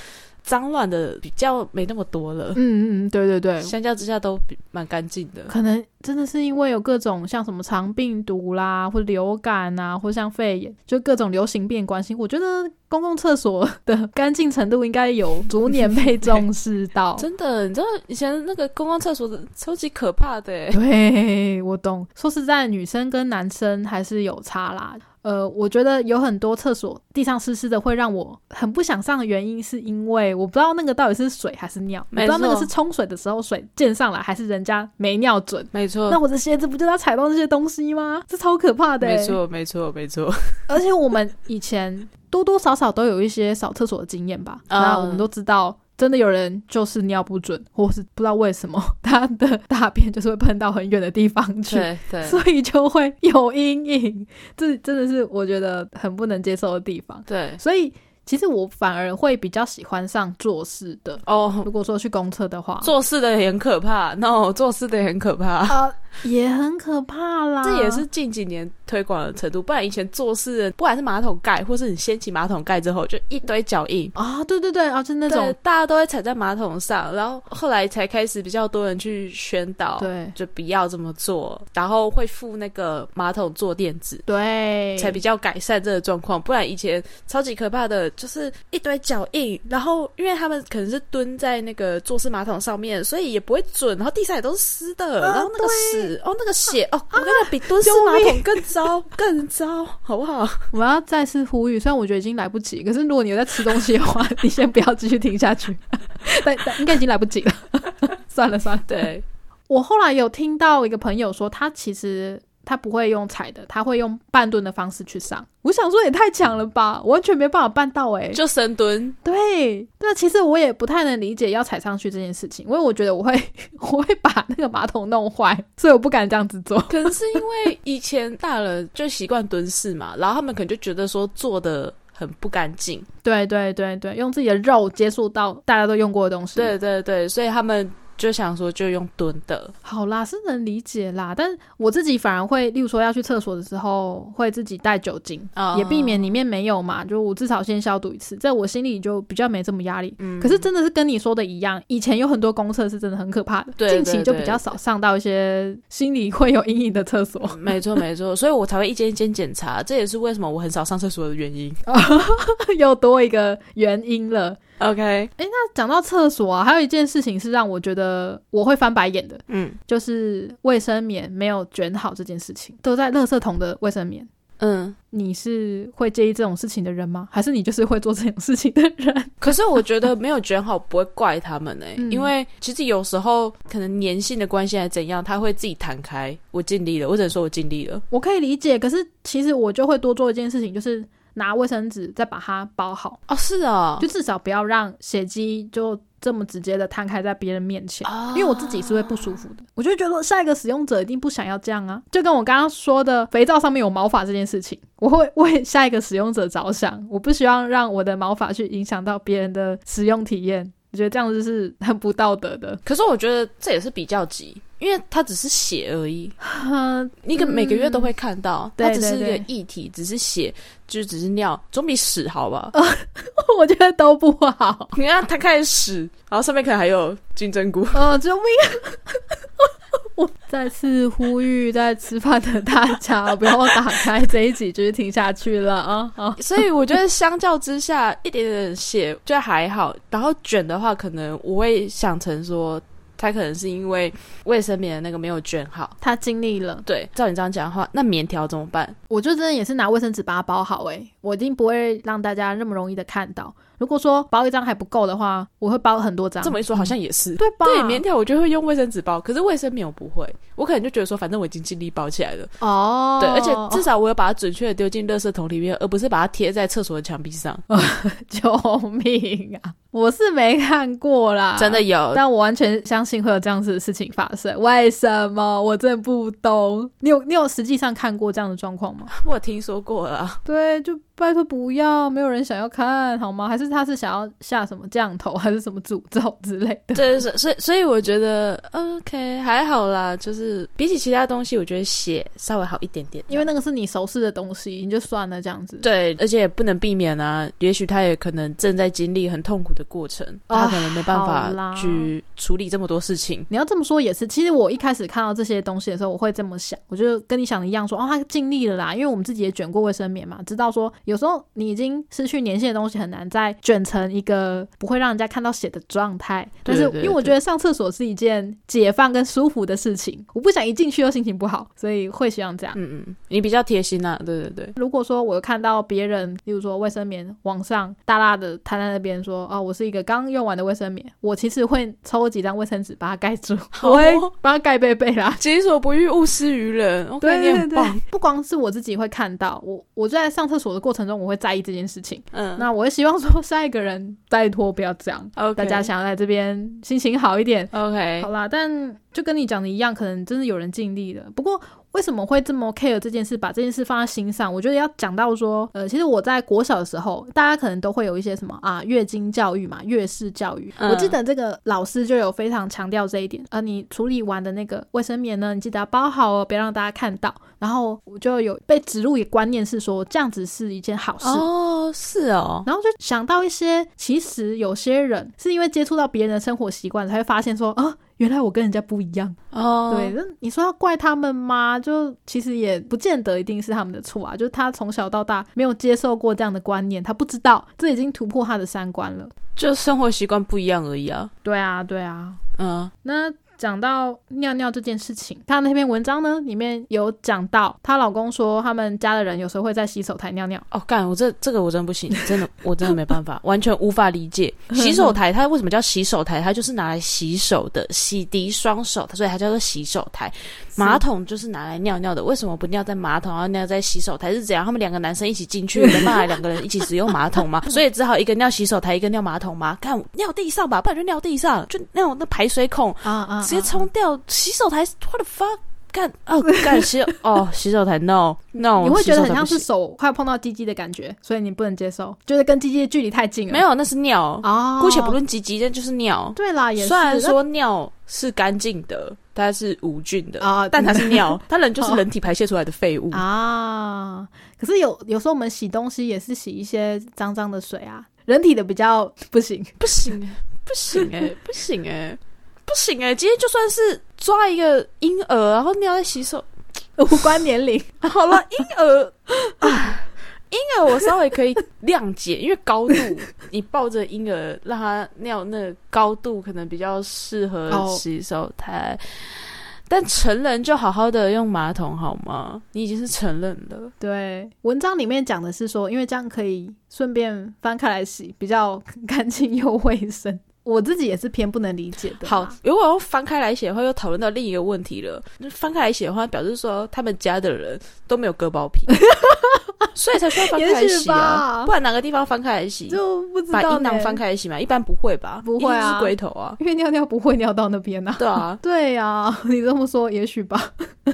Speaker 2: 脏乱的比较没那么多了，
Speaker 1: 嗯嗯，对对对，
Speaker 2: 相较之下都比蛮干净的。
Speaker 1: 可能真的是因为有各种像什么肠病毒啦，或流感啊，或像肺炎，就各种流行病关系。我觉得公共厕所的干净程度应该有逐年被重视到。
Speaker 2: <laughs> 真的，你知道以前那个公共厕所的超级可怕的欸，
Speaker 1: 对，我懂。说实在，女生跟男生还是有差啦。呃，我觉得有很多厕所地上湿湿的，会让我很不想上的原因，是因为我不知道那个到底是水还是尿，我不
Speaker 2: 没
Speaker 1: 知道那个
Speaker 2: 错
Speaker 1: 是冲水的时候水溅上来，还是人家没尿准。
Speaker 2: 没错
Speaker 1: 那，我的鞋子不就要踩到这些东西吗？这超可怕的、欸。
Speaker 2: 没。错，没错，没错。
Speaker 1: <laughs> 而且我们以前多多少少都有一些扫厕所的经验吧，
Speaker 2: 嗯
Speaker 1: 那我们都知道。真的有人就是尿不准，或是不知道为什么他的大便就是会喷到很远的地方去，
Speaker 2: 对对
Speaker 1: 所以就会有阴影。这真的是我觉得很不能接受的地方。
Speaker 2: 对，
Speaker 1: 所以其实我反而会比较喜欢上做事的。
Speaker 2: 哦，
Speaker 1: 如果说去公厕的话，
Speaker 2: 做事的也很可怕，no，做事的也很可怕。
Speaker 1: 呃也很可怕啦。
Speaker 2: 这也是近几年推广的程度，不然以前做事的，不管是马桶盖，或是你掀起马桶盖之后，就一堆脚印，
Speaker 1: 啊，对对对啊，就那
Speaker 2: 那
Speaker 1: 种
Speaker 2: 种大家都会踩在马桶上，然后后来才开始比较多人去宣导，
Speaker 1: 对
Speaker 2: 就不要这么做，然后会附那个马桶坐垫子。
Speaker 1: 对
Speaker 2: 才比较改善这个状况，不然以前超级可怕的，就是一堆脚印，然后因为他们可能是蹲在那个坐式马桶上面，所以也不会准，然后地上也都是湿的，
Speaker 1: 啊
Speaker 2: 然后那个屎，哦，那个血，哦，我跟你讲，比蹲式
Speaker 1: 救
Speaker 2: 马
Speaker 1: 命
Speaker 2: 桶更糟，更糟，好不好？
Speaker 1: 我要再次呼吁，虽然我觉得已经来不及，可是如果你有在吃东西的话，你先不要继续听下去， <laughs> 但但应该已经来不及了， <laughs> 算了算了。
Speaker 2: <laughs> 对，
Speaker 1: 我后来有听到一个朋友说，他其实他不会用踩的，他会用半蹲的方式去上。我想说也太强了吧，我完全没办法办到诶、
Speaker 2: 就深蹲，
Speaker 1: 对，那其实我也不太能理解要踩上去这件事情，因为我觉得我会 <laughs> 我会把那个马桶弄坏，所以我不敢这样子做。
Speaker 2: 可能是因为以前大人就习惯蹲式嘛，然后他们可能就觉得说做的很不干净。
Speaker 1: 对对对对，用自己的肉接触到大家都用过的东西，
Speaker 2: 对对对，所以他们就想说就用蹲的，
Speaker 1: 好啦，是能理解啦，但我自己反而会，例如说要去厕所的时候，会自己带酒精，
Speaker 2: 啊
Speaker 1: 也避免里面没有嘛，就我至少先消毒一次，在我心里就比较没这么压力。
Speaker 2: 嗯
Speaker 1: 可是真的是跟你说的一样，以前有很多公厕是真的很可怕的，
Speaker 2: 对
Speaker 1: 近期
Speaker 2: 对
Speaker 1: 就
Speaker 2: 对
Speaker 1: 比较少上到一些心里会有阴影的厕所。
Speaker 2: <laughs> 没错没错，所以我才会一间一间检查，这也是为什么我很少上厕所的原因。
Speaker 1: 又多一个原因了。
Speaker 2: OK，
Speaker 1: 那讲到厕所啊，还有一件事情是让我觉得我会翻白眼的，
Speaker 2: 嗯
Speaker 1: 就是卫生棉没有卷好这件事情，都在垃圾桶的卫生棉。
Speaker 2: 嗯，
Speaker 1: 你是会介意这种事情的人吗？还是你就是会做这种事情的人？ <laughs>
Speaker 2: 可是我觉得没有卷好不会怪他们呢、
Speaker 1: 嗯
Speaker 2: 因为其实有时候可能粘性的关系还怎样，它会自己弹开。我尽力了，我只能说我尽力了。
Speaker 1: 我可以理解，可是其实我就会多做一件事情，就是拿卫生纸再把它包好，
Speaker 2: 哦，是啊、
Speaker 1: 就至少不要让血迹就这么直接的摊开在别人面前。
Speaker 2: 哦，
Speaker 1: 因为我自己是会不舒服的，我就觉得下一个使用者一定不想要这样啊。就跟我刚刚说的，肥皂上面有毛发这件事情，我会为下一个使用者着想，我不希望让我的毛发去影响到别人的使用体验。我觉得这样子是很不道德 <laughs> 的。
Speaker 2: 可是我觉得这也是比较急，因为它只是血而已，
Speaker 1: 哼
Speaker 2: 你可每个月都会看到，
Speaker 1: 嗯对
Speaker 2: 它只是一
Speaker 1: 对
Speaker 2: 个
Speaker 1: 对
Speaker 2: 液体，只是血，就只是尿，总比屎好吧？
Speaker 1: 哦我觉得都不好。
Speaker 2: 你看它开始屎，然后上面可能还有金针菇。
Speaker 1: 呃，救命！ <laughs> 我再次呼吁在吃饭的大家不要打开这一集，就是听下去了啊！好，
Speaker 2: 所以我觉得相较之下，一点点血就还好。然后卷的话，可能我会想成说，它可能是因为卫生棉的那个没有卷好。
Speaker 1: 他尽力了，
Speaker 2: 对，照你这样讲的话，那棉条怎么办？
Speaker 1: 我就真的也是拿卫生纸把它包好、欸，我一定不会让大家那么容易的看到。如果说包一张还不够的话，我会包很多张，
Speaker 2: 这么一说好像也是。
Speaker 1: 对吧？
Speaker 2: 对棉条，我就会用卫生纸包，可是卫生棉我不会，我可能就觉得说，反正我已经尽力包起来了，
Speaker 1: 哦，
Speaker 2: 对，而且至少我有把它准确的丢进垃圾桶里面，而不是把它贴在厕所的墙壁上。
Speaker 1: <laughs> 救命啊！我是没看过啦，
Speaker 2: 真的有，
Speaker 1: 但我完全相信会有这样子的事情发生。为什么？我真的不懂。你有你有实际上看过这样的状况吗？
Speaker 2: 我听说过了，
Speaker 1: <laughs> 对，就拜托不要，没有人想要看好吗？还是他是想要下什么降头，还是什么诅咒之类的？
Speaker 2: <laughs> 对，所以所以所以我觉得 OK 还好啦，就是比起其他东西，我觉得血稍微好一点点，
Speaker 1: 因为那个是你熟悉的东西，你就算了这样子。
Speaker 2: 对，而且也不能避免啊，也许他也可能正在经历很痛苦的过程，
Speaker 1: 啊
Speaker 2: 他可能没办
Speaker 1: 好啦
Speaker 2: 法去处理这么多事情。
Speaker 1: 你要这么说也是，其实我一开始看到这些东西的时候，我会这么想，我就跟你想的一样说哦，他尽力了啦，因为我们自己也卷过卫生棉嘛，知道说有时候你已经失去粘性的东西，很难再卷成一个不会让人家看到血的状态。但
Speaker 2: 对
Speaker 1: 是
Speaker 2: 对
Speaker 1: 因为我
Speaker 2: 对
Speaker 1: 觉得上厕所是一件解放跟舒服的事情，我不想一进去又心情不好，所以会希望这样。
Speaker 2: 嗯嗯，你比较贴心啊，对对对，
Speaker 1: 如果说我有看到别人，例如说卫生棉往上大大的摊在那边说，哦，我是一个刚用完的卫生棉，我其实会抽几张卫生纸把它盖 <laughs> 住，
Speaker 2: 好
Speaker 1: 我
Speaker 2: 哦
Speaker 1: 会帮它盖被被啦。
Speaker 2: 己所不欲，勿施于人。
Speaker 1: <laughs>
Speaker 2: OK，
Speaker 1: 对
Speaker 2: 你
Speaker 1: 对
Speaker 2: 很棒
Speaker 1: 对，不光是我自己会看到，我我在上厕所的过程中，我会在意这件事情。
Speaker 2: 嗯
Speaker 1: 那我会希望说，下一个人拜托不要这样，
Speaker 2: ，OK，
Speaker 1: 大家想要来这边心情好一点。
Speaker 2: OK，
Speaker 1: 好啦，但就跟你讲的一样，可能真的有人尽力了。不过为什么会这么 care 这件事，把这件事放在心上？我觉得要讲到说，呃，其实我在国小的时候，大家可能都会有一些什么啊，月经教育嘛，月事教育。
Speaker 2: 嗯
Speaker 1: 我记得这个老师就有非常强调这一点。呃，你处理完的那个卫生棉呢，你记得要包好哦，别让大家看到。然后我就有被植入一个观念是说，这样子是一件好事。
Speaker 2: 哦，是哦，
Speaker 1: 然后就想到一些，其实有些人是因为接触到别人的生活习惯，才会发现说，啊，原来我跟人家不一样。
Speaker 2: 哦，
Speaker 1: 对，，那你说要怪他们吗？就其实也不见得一定是他们的错啊，就是他从小到大没有接受过这样的观念，他不知道这已经突破他的三观了。
Speaker 2: 就生活习惯不一样而已啊。
Speaker 1: 对啊，对啊。
Speaker 2: 嗯，
Speaker 1: 那讲到尿尿这件事情，她那篇文章呢里面有讲到，她老公说他们家的人有时候会在洗手台尿尿。
Speaker 2: 哦，干，我这这个我真不行，真的，我真的没办法，完全无法理解。洗手台它为什么叫洗手台？它就是拿来洗手的，洗涤双手，所以它叫做洗手台。马桶就是拿来尿尿的，为什么不尿在马桶，要尿在洗手台？是怎样？他们两个男生一起进去，没办法两个人一起使用马桶吗？所以只好一个尿洗手台，一个尿马桶吗？看尿地上吧，不然就尿地上，就那种那排水孔
Speaker 1: 啊啊
Speaker 2: 直接冲掉洗手台。What the fuck？干哦，干洗手哦，洗手台 no no，
Speaker 1: 你会觉得很
Speaker 2: 洗手台不
Speaker 1: 像
Speaker 2: 行
Speaker 1: 是手快碰到鸡鸡的感觉，所以你不能接受，就是跟鸡鸡的距离太近了。
Speaker 2: 没有，那是尿。
Speaker 1: 哦，
Speaker 2: 姑且不，论鸡鸡，那就是尿。
Speaker 1: 对啦，也是。
Speaker 2: 虽然说尿是干净的，它是无菌的，
Speaker 1: 啊，
Speaker 2: 但它是
Speaker 1: <laughs>
Speaker 2: 尿，它人就是
Speaker 1: 哦
Speaker 2: 人体排泄出来的废物。
Speaker 1: 嗯啊，可是有有时候我们洗东西也是洗一些脏脏的水啊，人体的比较不行。
Speaker 2: 不行哎、不行哎、不行哎、不行哎、今天就算是抓一个婴儿，然后尿在洗手，
Speaker 1: 无关年龄， <laughs>
Speaker 2: 好了，婴儿，唉婴儿我稍微可以谅解，因为
Speaker 1: <laughs>
Speaker 2: 高度，你抱着婴儿让他尿，那个高度可能比较适合
Speaker 1: 哦
Speaker 2: 洗手台。但成人就好好的用马桶好吗？你已经是成人了，
Speaker 1: 对，文章里面讲的是说，因为这样可以顺便翻开来洗，比较干净又卫生。我自己也是偏不能理解的啦。
Speaker 2: 好，如果要翻开来写的话，又讨论到另一个问题了。那翻开来写的话，表示说他们家的人都没有割包
Speaker 1: <laughs>
Speaker 2: 皮，所以才需要翻开来
Speaker 1: 也许
Speaker 2: 洗啊
Speaker 1: 吧，
Speaker 2: 不然哪个地方翻开来洗？
Speaker 1: 就不知
Speaker 2: 把
Speaker 1: 道
Speaker 2: 阴
Speaker 1: 呢
Speaker 2: 囊翻，开来洗嘛？一般不会吧？
Speaker 1: 不会啊
Speaker 2: 一定是龟头啊，
Speaker 1: 因为尿尿不会尿到那边啊。，
Speaker 2: 对啊
Speaker 1: <laughs> 对呀、你这么说也许吧。 <laughs>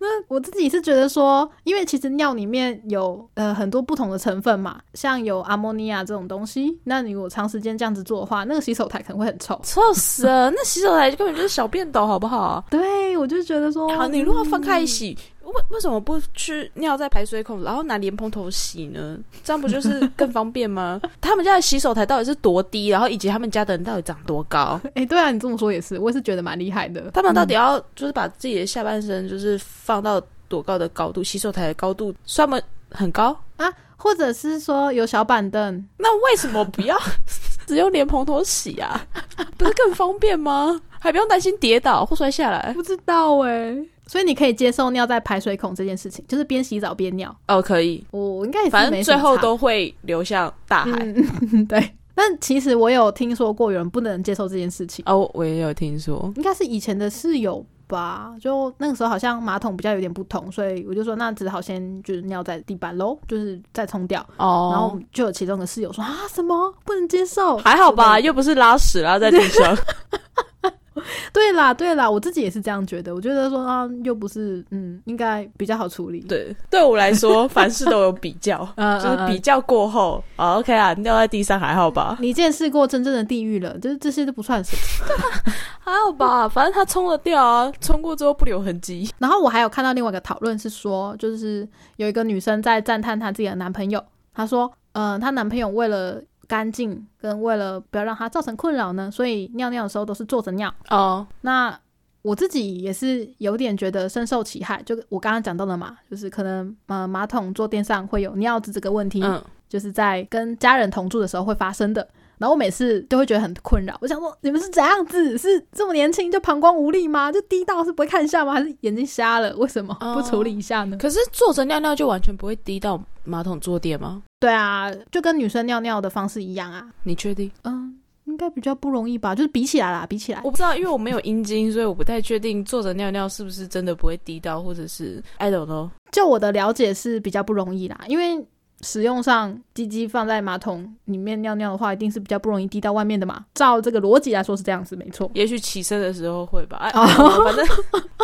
Speaker 1: 那我自己是觉得说，因为其实尿里面有呃很多不同的成分嘛，像有阿莫尼亚这种东西，那你如果长时间这样子做的话，那个洗手台可能会很臭。
Speaker 2: 臭死了！那洗手台根本就是小便斗，好不好？
Speaker 1: 对，我就觉得说，
Speaker 2: 好，你如果翻开来
Speaker 1: 嗯
Speaker 2: 洗，为为什么不去尿在排水孔，然后拿莲蓬头洗呢？这样不就是更方
Speaker 1: <laughs>
Speaker 2: 便吗？他们家的洗手台到底是多低，然后以及他们家的人到底长多高？
Speaker 1: 哎、对啊，你这么说也是，我也是觉得蛮厉害的。嗯
Speaker 2: 他们到底要就是把自己的下半身就是放到多高的高度？洗手台的高度算不很高？
Speaker 1: 或者是说有小板凳，
Speaker 2: 那为什么不要 <laughs> 只用莲蓬头洗啊？ <laughs> 不是更方便吗？还不用担心跌倒或摔下来？
Speaker 1: 不知道哎、
Speaker 2: 欸
Speaker 1: 所以你可以接受尿在排水孔这件事情，就是边洗澡边尿。
Speaker 2: 哦，可以，
Speaker 1: 我应该也是
Speaker 2: 反
Speaker 1: 没什
Speaker 2: 正最
Speaker 1: 么
Speaker 2: 后
Speaker 1: 差
Speaker 2: 都会流向大海。
Speaker 1: 嗯， <laughs> 对。但其实我有听说过有人不能接受这件事情，
Speaker 2: 哦，我也有听说。
Speaker 1: 应该是以前的室友吧。就那个时候好像马桶比较有点不同，所以我就说那只好先就是尿在地板喽，就是再冲掉。
Speaker 2: 哦，
Speaker 1: 然后就有其中一个室友说啊什么不能接受，
Speaker 2: 还好吧，
Speaker 1: 之类
Speaker 2: 又不是拉屎拉在地上。
Speaker 1: 的对啦对啦，我自己也是这样觉得。我觉得说啊又不是嗯，应该比较好处理。，
Speaker 2: <laughs> 对，对我来说，凡事都有比 <laughs> 较，
Speaker 1: 呃，
Speaker 2: 就是比
Speaker 1: 呃。
Speaker 2: 较过后，啊、o k 啊，尿在地上还好吧。
Speaker 1: 你见识过真正的地狱了，就是这些都不算什么。
Speaker 2: 还好吧，反正他冲了掉啊，冲过之后不留痕迹。
Speaker 1: 然后我还有看到另外一个讨论是说，就是有一个女生在赞叹她自己的男朋友，她说，呃，她男朋友为了干净跟为了不要让她造成困扰呢，所以尿尿的时候都是坐着尿。
Speaker 2: 哦，
Speaker 1: 那我自己也是有点觉得深受其害，就我刚刚讲到的嘛，就是可能呃马桶坐垫上会有尿渍这个问题，
Speaker 2: 嗯，
Speaker 1: 就是在跟家人同住的时候会发生的。然后我每次都会觉得很困扰，我想说你们是怎样子？是这么年轻就膀胱无力吗？就滴到是不会看一下吗？还是眼睛瞎了？为什么
Speaker 2: 哦
Speaker 1: 不处理一下呢？
Speaker 2: 可是坐着尿尿就完全不会滴到马桶坐垫吗？
Speaker 1: 对啊，就跟女生尿尿的方式一样啊。
Speaker 2: 你确定？
Speaker 1: 嗯，应该比较不容易吧？就是比起来啦，比起来
Speaker 2: <laughs> 我不知道，因为我没有阴茎，所以我不太确定坐着尿尿是不是真的不会滴到，或者是 I don't know。
Speaker 1: 就我的了解是比较不容易啦，因为使用上，鸡鸡放在马桶里面尿尿的话，一定是比较不容易滴到外面的嘛。照这个逻辑来说是这样子，没错。
Speaker 2: 也许起身的时候会吧，哎，
Speaker 1: 哦
Speaker 2: 反
Speaker 1: <laughs>
Speaker 2: 正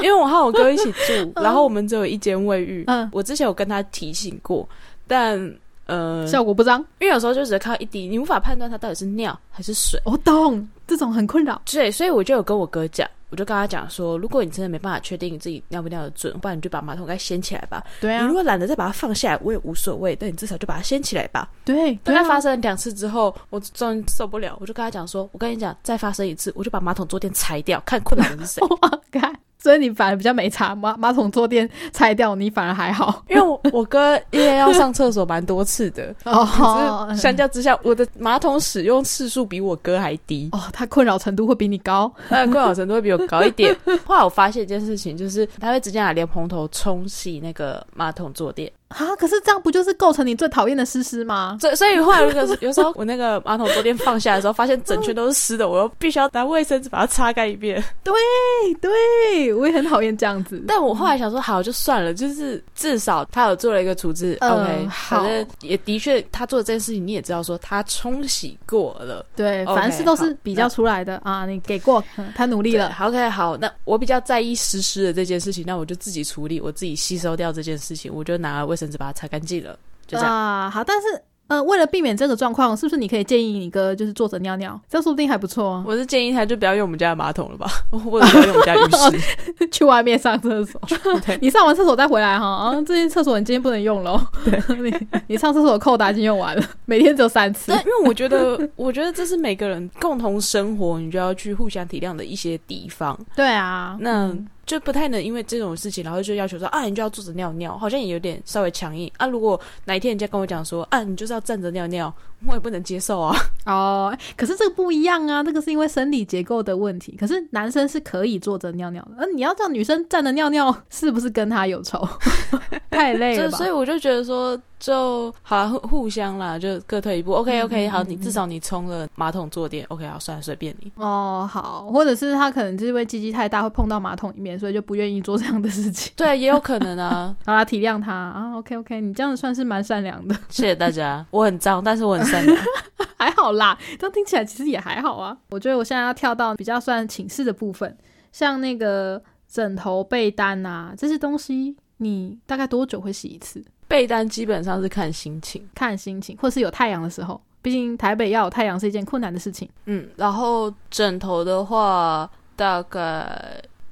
Speaker 2: 因为我和我哥一起住，然后我们只有一间卫浴。
Speaker 1: 嗯，
Speaker 2: 我之前有跟他提醒过，但呃，
Speaker 1: 效果不彰。
Speaker 2: 因为有时候就只靠一滴，你无法判断它到底是尿还是水。
Speaker 1: 我、哦懂，这种很困扰。
Speaker 2: 对，所以我就有跟我哥讲，我就跟他讲说，如果你真的没办法确定自己尿不尿得准，不然你就把马桶盖掀起来吧。
Speaker 1: 对
Speaker 2: 你
Speaker 1: 啊
Speaker 2: 如，果懒得再把它放下来，我也无所谓，但你至少就把它掀起来吧。
Speaker 1: 对，
Speaker 2: 大
Speaker 1: 对
Speaker 2: 概
Speaker 1: 啊，
Speaker 2: 发生了两次之后，我终于受不了，我就跟他讲说，我跟你讲，再发生一次，我就把马桶坐垫拆掉，看困扰的
Speaker 1: <laughs>
Speaker 2: 是谁。
Speaker 1: 我看，所以你反而比较没差，马马桶坐垫拆掉，你反而还好。
Speaker 2: 因为我我哥因为要上厕所蛮多次的，
Speaker 1: <laughs> 哦
Speaker 2: 可是相较之下，我的马桶使用次数比我哥还低， <laughs>
Speaker 1: 哦，它困扰程度会比你高。
Speaker 2: 他的困扰程度会比我高一
Speaker 1: <laughs>
Speaker 2: 点。后来我发现一件事情，就是他会直接拿莲蓬头冲洗那个马桶坐垫，
Speaker 1: 啊，可是这样不就是构成你最讨厌的诗诗吗？
Speaker 2: 所以所以后来如果是有时候我那个马桶坐垫放下来的时候，发现整圈都是湿的，我又必须要拿卫生纸把它擦干一遍。
Speaker 1: 对对，我也很讨厌这样子。
Speaker 2: 但我后来想说，好就算了，就是至少他有做了一个处置、
Speaker 1: 嗯
Speaker 2: o k
Speaker 1: 好
Speaker 2: 反正也的确他做的这件事情，你也知道说他冲洗过了。
Speaker 1: 对，
Speaker 2: OK，
Speaker 1: 凡事都是
Speaker 2: 好
Speaker 1: 比较出来的啊。你给过，嗯他努力
Speaker 2: 对
Speaker 1: 了。
Speaker 2: 好 OK，好，那我比较在意湿湿的这件事情，那我就自己处理，我自己吸收掉这件事情，我就拿卫生纸把它擦干净了，就这样。
Speaker 1: 啊，好，但是呃，为了避免这个状况，是不是你可以建议你哥就是坐着尿尿？这说不定还不错啊。
Speaker 2: 我是建议他就不要用我们家的马桶了吧， <laughs> 或者不要用我们家浴
Speaker 1: <laughs>
Speaker 2: 室。
Speaker 1: 去外面上厕所，
Speaker 2: 对
Speaker 1: <laughs> 你上完厕所再回来哈。啊，这间厕所你今天不能用喽。 <laughs> 你你上厕所的扣打已经用完了， <laughs> 每天只有三次
Speaker 2: 对，。因为我觉得，我觉得这是每个人共同生活，你就要去互相体谅的一些地方。
Speaker 1: 对啊，
Speaker 2: 那
Speaker 1: 嗯
Speaker 2: 就不太能因为这种事情，然后就要求说啊，你就要坐着尿尿，好像也有点稍微强硬啊。如果哪一天人家跟我讲说啊，你就是要站着尿尿，我也不能接受啊。 <laughs>
Speaker 1: 哦，可是这个不一样啊，这个是因为生理结构的问题。可是男生是可以坐着尿尿的，那、你要叫女生站着尿尿，是不是跟他有仇？ <laughs> 太累
Speaker 2: 就
Speaker 1: 了吧
Speaker 2: <laughs> 所？以我就觉得说，就好啦互互相啦，就各退一步。OK OK，、好，你至少你冲了马桶坐垫。OK，好，算了，随便你。
Speaker 1: 哦，好，或者是他可能就是因为鸡鸡太大会碰到马桶里面，所以就不愿意做这样的事情。
Speaker 2: 对，也有可能啊。
Speaker 1: 好啦，体谅他啊，OK OK，你这样子算是蛮善良的，
Speaker 2: <laughs> 谢谢大家，我很脏，但是我很善良。 <laughs>
Speaker 1: 还好啦，这样听起来其实也还好啊。我觉得我现在要跳到比较算寝室的部分，像那个枕头、被单啊这些东西，你大概多久会洗一次？
Speaker 2: 被单基本上是看心情，
Speaker 1: 看心情，或是有太阳的时候。毕竟台北要有太阳是一件困难的事情。
Speaker 2: 嗯，然后枕头的话，大概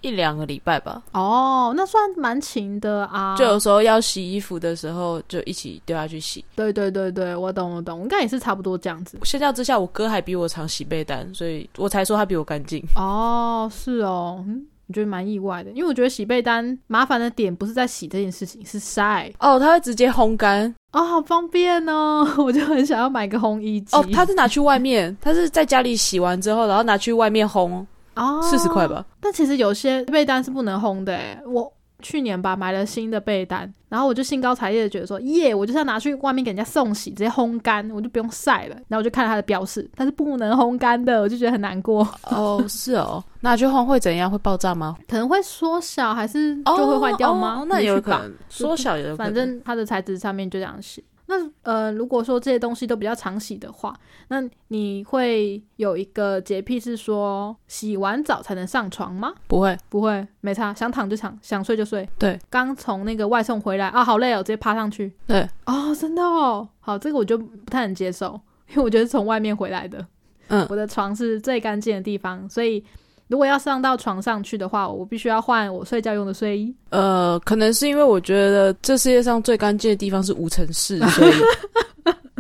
Speaker 2: 一两个礼拜吧。
Speaker 1: 哦，那算蛮勤的啊。
Speaker 2: 就有时候要洗衣服的时候，就一起丢下去洗。
Speaker 1: 对对对对，我懂我懂，我应该也是差不多这样子。
Speaker 2: 相较之下，我哥还比我常洗被单，所以我才说他比我干净。
Speaker 1: 哦，是哦，嗯，我觉得蛮意外的，因为我觉得洗被单麻烦的点不是在洗这件事情，是晒
Speaker 2: 哦，他会直接烘干，
Speaker 1: 哦，好方便哦， <laughs> 我就很想要买个烘衣机。
Speaker 2: 哦，他是拿去外面，他是在家里洗完之后，然后拿去外面烘，
Speaker 1: 哦
Speaker 2: 四十块吧。
Speaker 1: 但其实有些被单是不能烘的诶，我去年吧买了新的被单，然后我就兴高采烈的觉得说，耶，我就是要拿去外面给人家送洗，直接烘干，我就不用晒了。然后我就看了它的标示，它是不能烘干的，我就觉得很难过， <laughs>
Speaker 2: 哦，是哦，拿去烘会怎样？会爆炸吗？
Speaker 1: 可能会缩小还是就会坏掉吗？
Speaker 2: 哦哦那也有
Speaker 1: 也许
Speaker 2: 可
Speaker 1: 吧
Speaker 2: 能缩小也有可
Speaker 1: 反
Speaker 2: 能。
Speaker 1: 正它的材质上面就这样写。那呃，如果说这些东西都比较常洗的话，那你会有一个洁癖是说洗完澡才能上床吗？
Speaker 2: 不会，
Speaker 1: 不会，没差，想躺就躺，想睡就睡。
Speaker 2: 对，
Speaker 1: 刚从那个外送回来啊，好累哦，直接趴上去。
Speaker 2: 对，
Speaker 1: 哦，真的哦，好，这个我就不太能接受，因为我觉得是从外面回来的，
Speaker 2: 嗯
Speaker 1: 我的床是最干净的地方，所以如果要上到床上去的话，我必须要换我睡觉用的睡衣。
Speaker 2: 呃，可能是因为我觉得这世界上最干净的地方是无尘 <laughs> 室，所以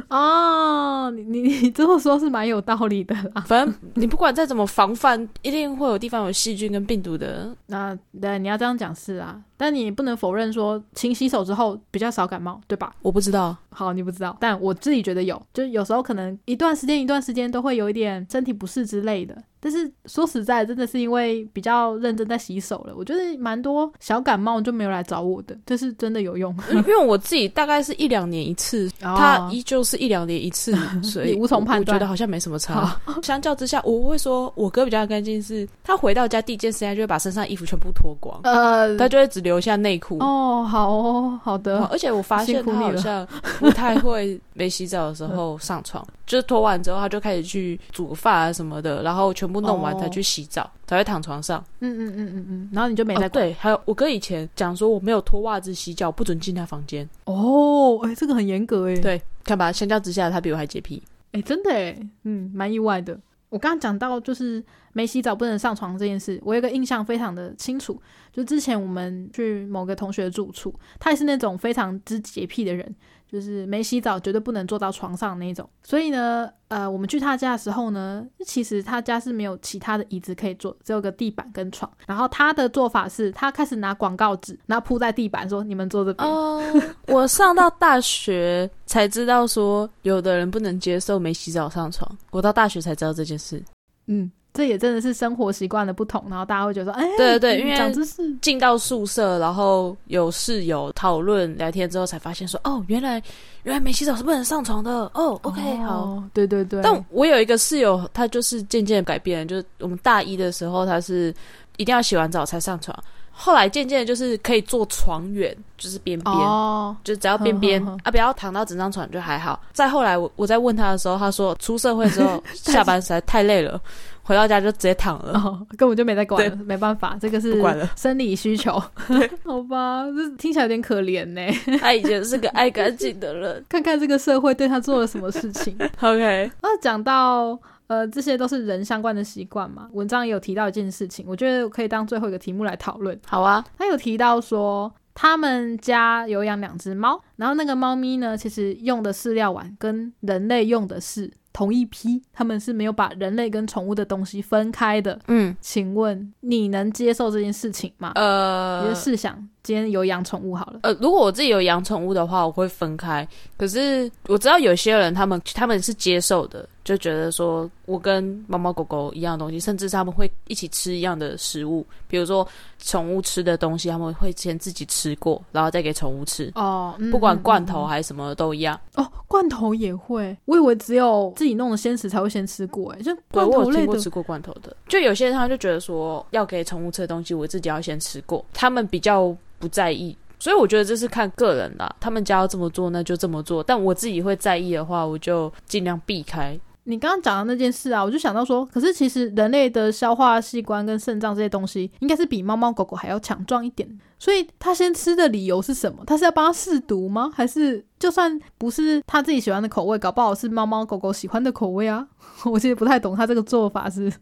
Speaker 1: 哦，你你你这么说是蛮有道理的啦。
Speaker 2: 反正你不管再怎么防范，一定会有地方有细菌跟病毒的。
Speaker 1: <laughs> 那对，你要这样讲是啊，但你不能否认说勤洗手之后比较少感冒，对吧？
Speaker 2: 我不知道，
Speaker 1: 好，你不知道，但我自己觉得有，就是有时候可能一段时间一段时间都会有一点身体不适之类的。但是说实在，真的是因为比较认真在洗手了，我觉得蛮多小感冒就没有来找我的，这是真的有 <laughs> 用。
Speaker 2: <laughs> 因为我自己大概是一两年一次，它依旧是一两年
Speaker 1: <laughs>
Speaker 2: 一次，所以
Speaker 1: 哦你无从
Speaker 2: 我
Speaker 1: 判断
Speaker 2: 我觉得好像没什么差。 <laughs> 相较之下，我会说我哥比较干净，是他回到家第一件事情他就会把身上衣服全部脱光，
Speaker 1: 呃，
Speaker 2: 他就会只留留下内裤。
Speaker 1: 哦，好哦，好
Speaker 2: 哦
Speaker 1: 的，
Speaker 2: 而且我发现
Speaker 1: 辛苦
Speaker 2: 他
Speaker 1: 你
Speaker 2: 好
Speaker 1: 了
Speaker 2: 像
Speaker 1: <laughs>
Speaker 2: 不太会没洗澡的时候上床，就是脱完之后他就开始去煮饭啊什么的，然后全部弄完
Speaker 1: 哦
Speaker 2: 才去洗澡，才会躺床上。
Speaker 1: 嗯嗯嗯嗯嗯，然后你就没
Speaker 2: 哦
Speaker 1: 在
Speaker 2: 对，还有我哥以前讲说我没有脱袜子洗脚不准进他房间，
Speaker 1: 哦，哎、这个很严格哎，
Speaker 2: 对看吧，相较之下他比我还洁癖。
Speaker 1: 哎、真的哎，嗯，蛮意外的。我刚刚讲到就是没洗澡不能上床这件事，我有一个印象非常的清楚，就之前我们去某个同学住处，他也是那种非常之洁癖的人，就是没洗澡绝对不能坐到床上那一种。所以呢，呃，我们去他家的时候呢，其实他家是没有其他的椅子可以坐，只有个地板跟床。然后他的做法是，他开始拿广告纸，然后铺在地板说：“你们坐这边。
Speaker 2: 哦，我上到大学才知道说有的人不能接受没洗澡上床，我到大学才知道这件事。
Speaker 1: 嗯，这也真的是生活习惯的不同，然后大家会觉得说：“哎、
Speaker 2: 对对对
Speaker 1: 嗯
Speaker 2: 因为
Speaker 1: 长知识。”
Speaker 2: 进到宿舍，然后有室友讨论聊天之后，才发现说，哦，原来原来没洗澡是不能上床的。哦，OK，、好。
Speaker 1: 哦，对对对，
Speaker 2: 但我有一个室友，他就是渐渐改变，就是我们大一的时候，他是一定要洗完澡才上床，后来渐渐地就是可以坐床远，就是边边。
Speaker 1: 哦，
Speaker 2: 就只要边边
Speaker 1: 哼哼哼
Speaker 2: 啊，不要躺到整张床就还好。再后来我，我在问他的时候，他说出社会之后下班实在 <laughs> 太累了，回到家就直接躺了。
Speaker 1: 哦，根本就没在管了
Speaker 2: 对，
Speaker 1: 没办法，这个是
Speaker 2: 不管了
Speaker 1: 生理需求， <laughs> 好吧，这听起来有点可怜呢。
Speaker 2: 他以前是个爱干净的人。
Speaker 1: 看看这个社会对他做了什么事情。
Speaker 2: <laughs> OK，
Speaker 1: 那讲到呃，这些都是人相关的习惯嘛，文章也有提到一件事情，我觉得可以当最后一个题目来讨论。
Speaker 2: 好啊，
Speaker 1: 他有提到说，他们家有养两只猫，然后那个猫咪呢，其实用的饲料碗跟人类用的是同一批，他们是没有把人类跟宠物的东西分开的。
Speaker 2: 嗯，
Speaker 1: 请问你能接受这件事情吗？你
Speaker 2: 呃
Speaker 1: 就试想，今天有养宠物好了，
Speaker 2: 呃，如果我自己有养宠物的话，我会分开。可是我知道有些人他们他们是接受的，就觉得说我跟猫猫狗狗一样的东西，甚至是他们会一起吃一样的食物，比如说宠物吃的东西，他们会先自己吃过，然后再给宠物吃。
Speaker 1: 哦，嗯
Speaker 2: 呃不管罐
Speaker 1: 嗯
Speaker 2: 头还是什么都一样，
Speaker 1: 嗯哦，罐头也会，我以为只有自己弄的鲜食才会先吃过，哎，就
Speaker 2: 对
Speaker 1: 罐
Speaker 2: 我
Speaker 1: 头
Speaker 2: 有听
Speaker 1: 类
Speaker 2: 过
Speaker 1: 的
Speaker 2: 吃过罐头的。就有些人他就觉得说，要给宠物吃的东西，我自己要先吃过，他们比较不在意。所以我觉得这是看个人啦，他们家要这么做那就这么做，但我自己会在意的话，我就尽量避开。
Speaker 1: 你刚刚讲的那件事啊，我就想到说，可是其实人类的消化器官跟肾脏这些东西，应该是比猫猫狗狗还要强壮一点。所以它先吃的理由是什么？它是要帮它试毒吗？还是就算不是它自己喜欢的口味，搞不好是猫猫狗狗喜欢的口味啊？ <laughs> 我其实不太懂它这个做法是，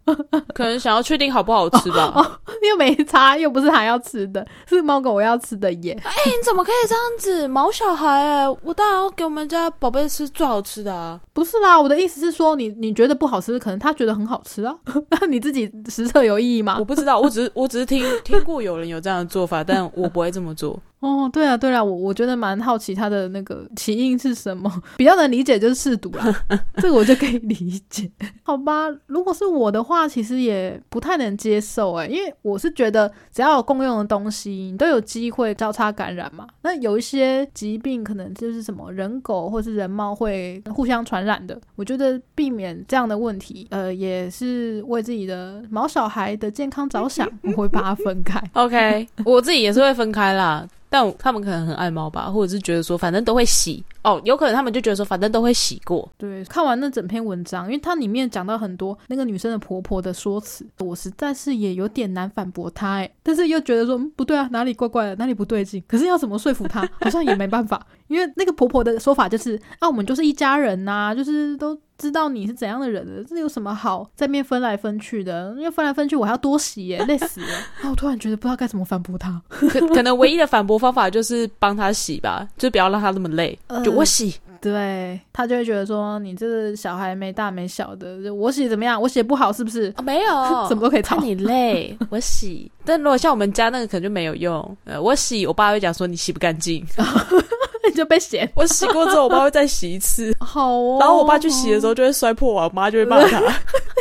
Speaker 2: 可能想要确定好不好吃 <laughs> 吧？哦
Speaker 1: <laughs> 又没差，又不是它要吃的，是猫狗要吃的耶。
Speaker 2: 你怎么可以这样子毛小孩、欸？我当然要给我们家宝贝吃最好吃的啊！
Speaker 1: <laughs> 不是啦，我的意思是说，你你觉得不好吃，可能它觉得很好吃啊， <laughs> 那你自己实测有意义吗
Speaker 2: 我？不知道，我只是我只是听听过有人有这样的做法，但我不会这么做。
Speaker 1: 哦，对啊，对啊，我我觉得蛮好奇它的那个起因是什么，比较能理解就是试毒啦，这个我就可以理解，好吧？如果是我的话，其实也不太能接受诶，因为我是觉得只要有共用的东西，你都有机会交叉感染嘛。那有一些疾病可能就是什么人狗或是人猫会互相传染的，我觉得避免这样的问题，呃，也是为自己的毛小孩的健康着想，我会把它分开。
Speaker 2: OK，我 <laughs> 自己也是会分开啦，但他们可能很爱猫吧，或者是觉得说反正都会洗哦，有可能他们就觉得说反正都会洗过，
Speaker 1: 对，看完那整篇文章，因为它里面讲到很多那个女生的婆婆的说辞，我实在是也有点难反驳她哎，但是又觉得说、嗯、不对啊，哪里怪怪的，哪里不对劲，可是要怎么说服她，好像也没办法，因为那个婆婆的说法就是啊，我们就是一家人呐、就是都知道你是怎样的人了，这有什么好在面分来分去的？因为分来分去，我还要多洗耶，累死了。 <laughs> 然后我突然觉得不知道该怎么反驳她，
Speaker 2: 可可能唯一的反驳方法就是帮他洗吧，就不要让他那么累， <laughs> 就我洗。
Speaker 1: 呃对她就会觉得说你这个小孩没大没小的，就我写怎么样，我写不好是不是？，
Speaker 2: 哦、没有 <laughs>
Speaker 1: 怎么都可以吵
Speaker 2: 看。你累，我洗。但如果像我们家那个，可能就没有用。呃，我洗，我爸会讲说你洗不干净。
Speaker 1: <laughs>
Speaker 2: <laughs>
Speaker 1: 你就被嫌。
Speaker 2: 我洗过之后，我爸会再洗一 <laughs> 次。
Speaker 1: 好哦
Speaker 2: 然后我爸去洗的时候，就会摔破碗，我妈就会骂他。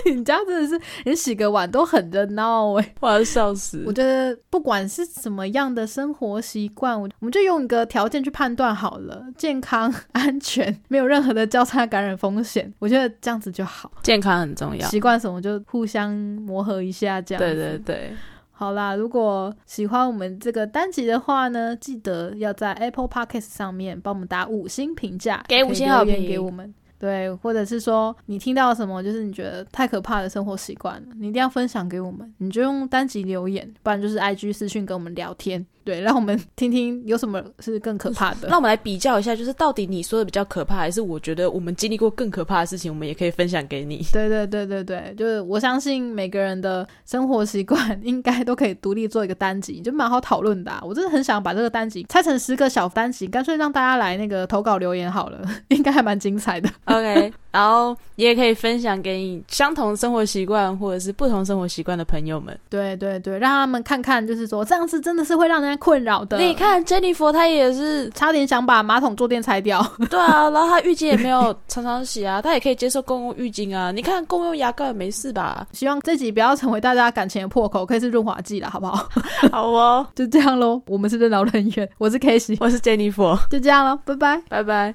Speaker 1: <laughs> 你家真的是连洗个碗都很热闹哎。
Speaker 2: <laughs> 我要笑死
Speaker 1: 我。觉得不管是什么样的生活习惯，我我们就用一个条件去判断好了，健康、安全，没有任何的交叉感染风险，我觉得这样子就好。
Speaker 2: 健康很重要。
Speaker 1: 习惯什么就互相磨合一下，这样子
Speaker 2: 对对对。
Speaker 1: 好啦，如果喜欢我们这个单集的话呢，记得要在 Apple Podcast 上面帮我们打五星评价，
Speaker 2: 给五星好评
Speaker 1: 可以留言给我们。对，或者是说你听到什么，就是你觉得太可怕的生活习惯了，你一定要分享给我们，你就用单集留言，不然就是 IG 私讯跟我们聊天，对，让我们听听有什么是更可
Speaker 2: <laughs>
Speaker 1: 怕的
Speaker 2: 那。我们来比较一下，就是到底你说的比较可怕，还是我觉得我们经历过更可怕的事情，我们也可以分享给你。
Speaker 1: 对对对对对，就是我相信每个人的生活习惯 <laughs> 应该都可以独立做一个单集，就蛮好讨论的啊、我真的很想把这个单集拆成十个小单集，干脆让大家来那个投稿留言好了， <laughs> 应该还蛮精彩的。
Speaker 2: OK，然 <laughs> 后你也可以分享给你相同生活习惯或者是不同生活习惯的朋友们。
Speaker 1: 对对对，让他们看看，就是说这样是真的是会让人家困扰的。
Speaker 2: 你看 Jennifer 她也是，
Speaker 1: 差点想把马桶坐垫拆掉。 <laughs>
Speaker 2: 对啊，然后她浴巾也没有常常洗啊，她也可以接受公用浴巾啊。你看公用牙膏也没事吧？
Speaker 1: 希望这集不要成为大家感情的破口，可以是润滑剂了，好不好？ <laughs>
Speaker 2: 好哦，
Speaker 1: 就这样喽，我们是任劳任怨，我是 K 西，
Speaker 2: <laughs> 我是 Jennifer，
Speaker 1: 就这样喽，拜拜。
Speaker 2: 拜拜。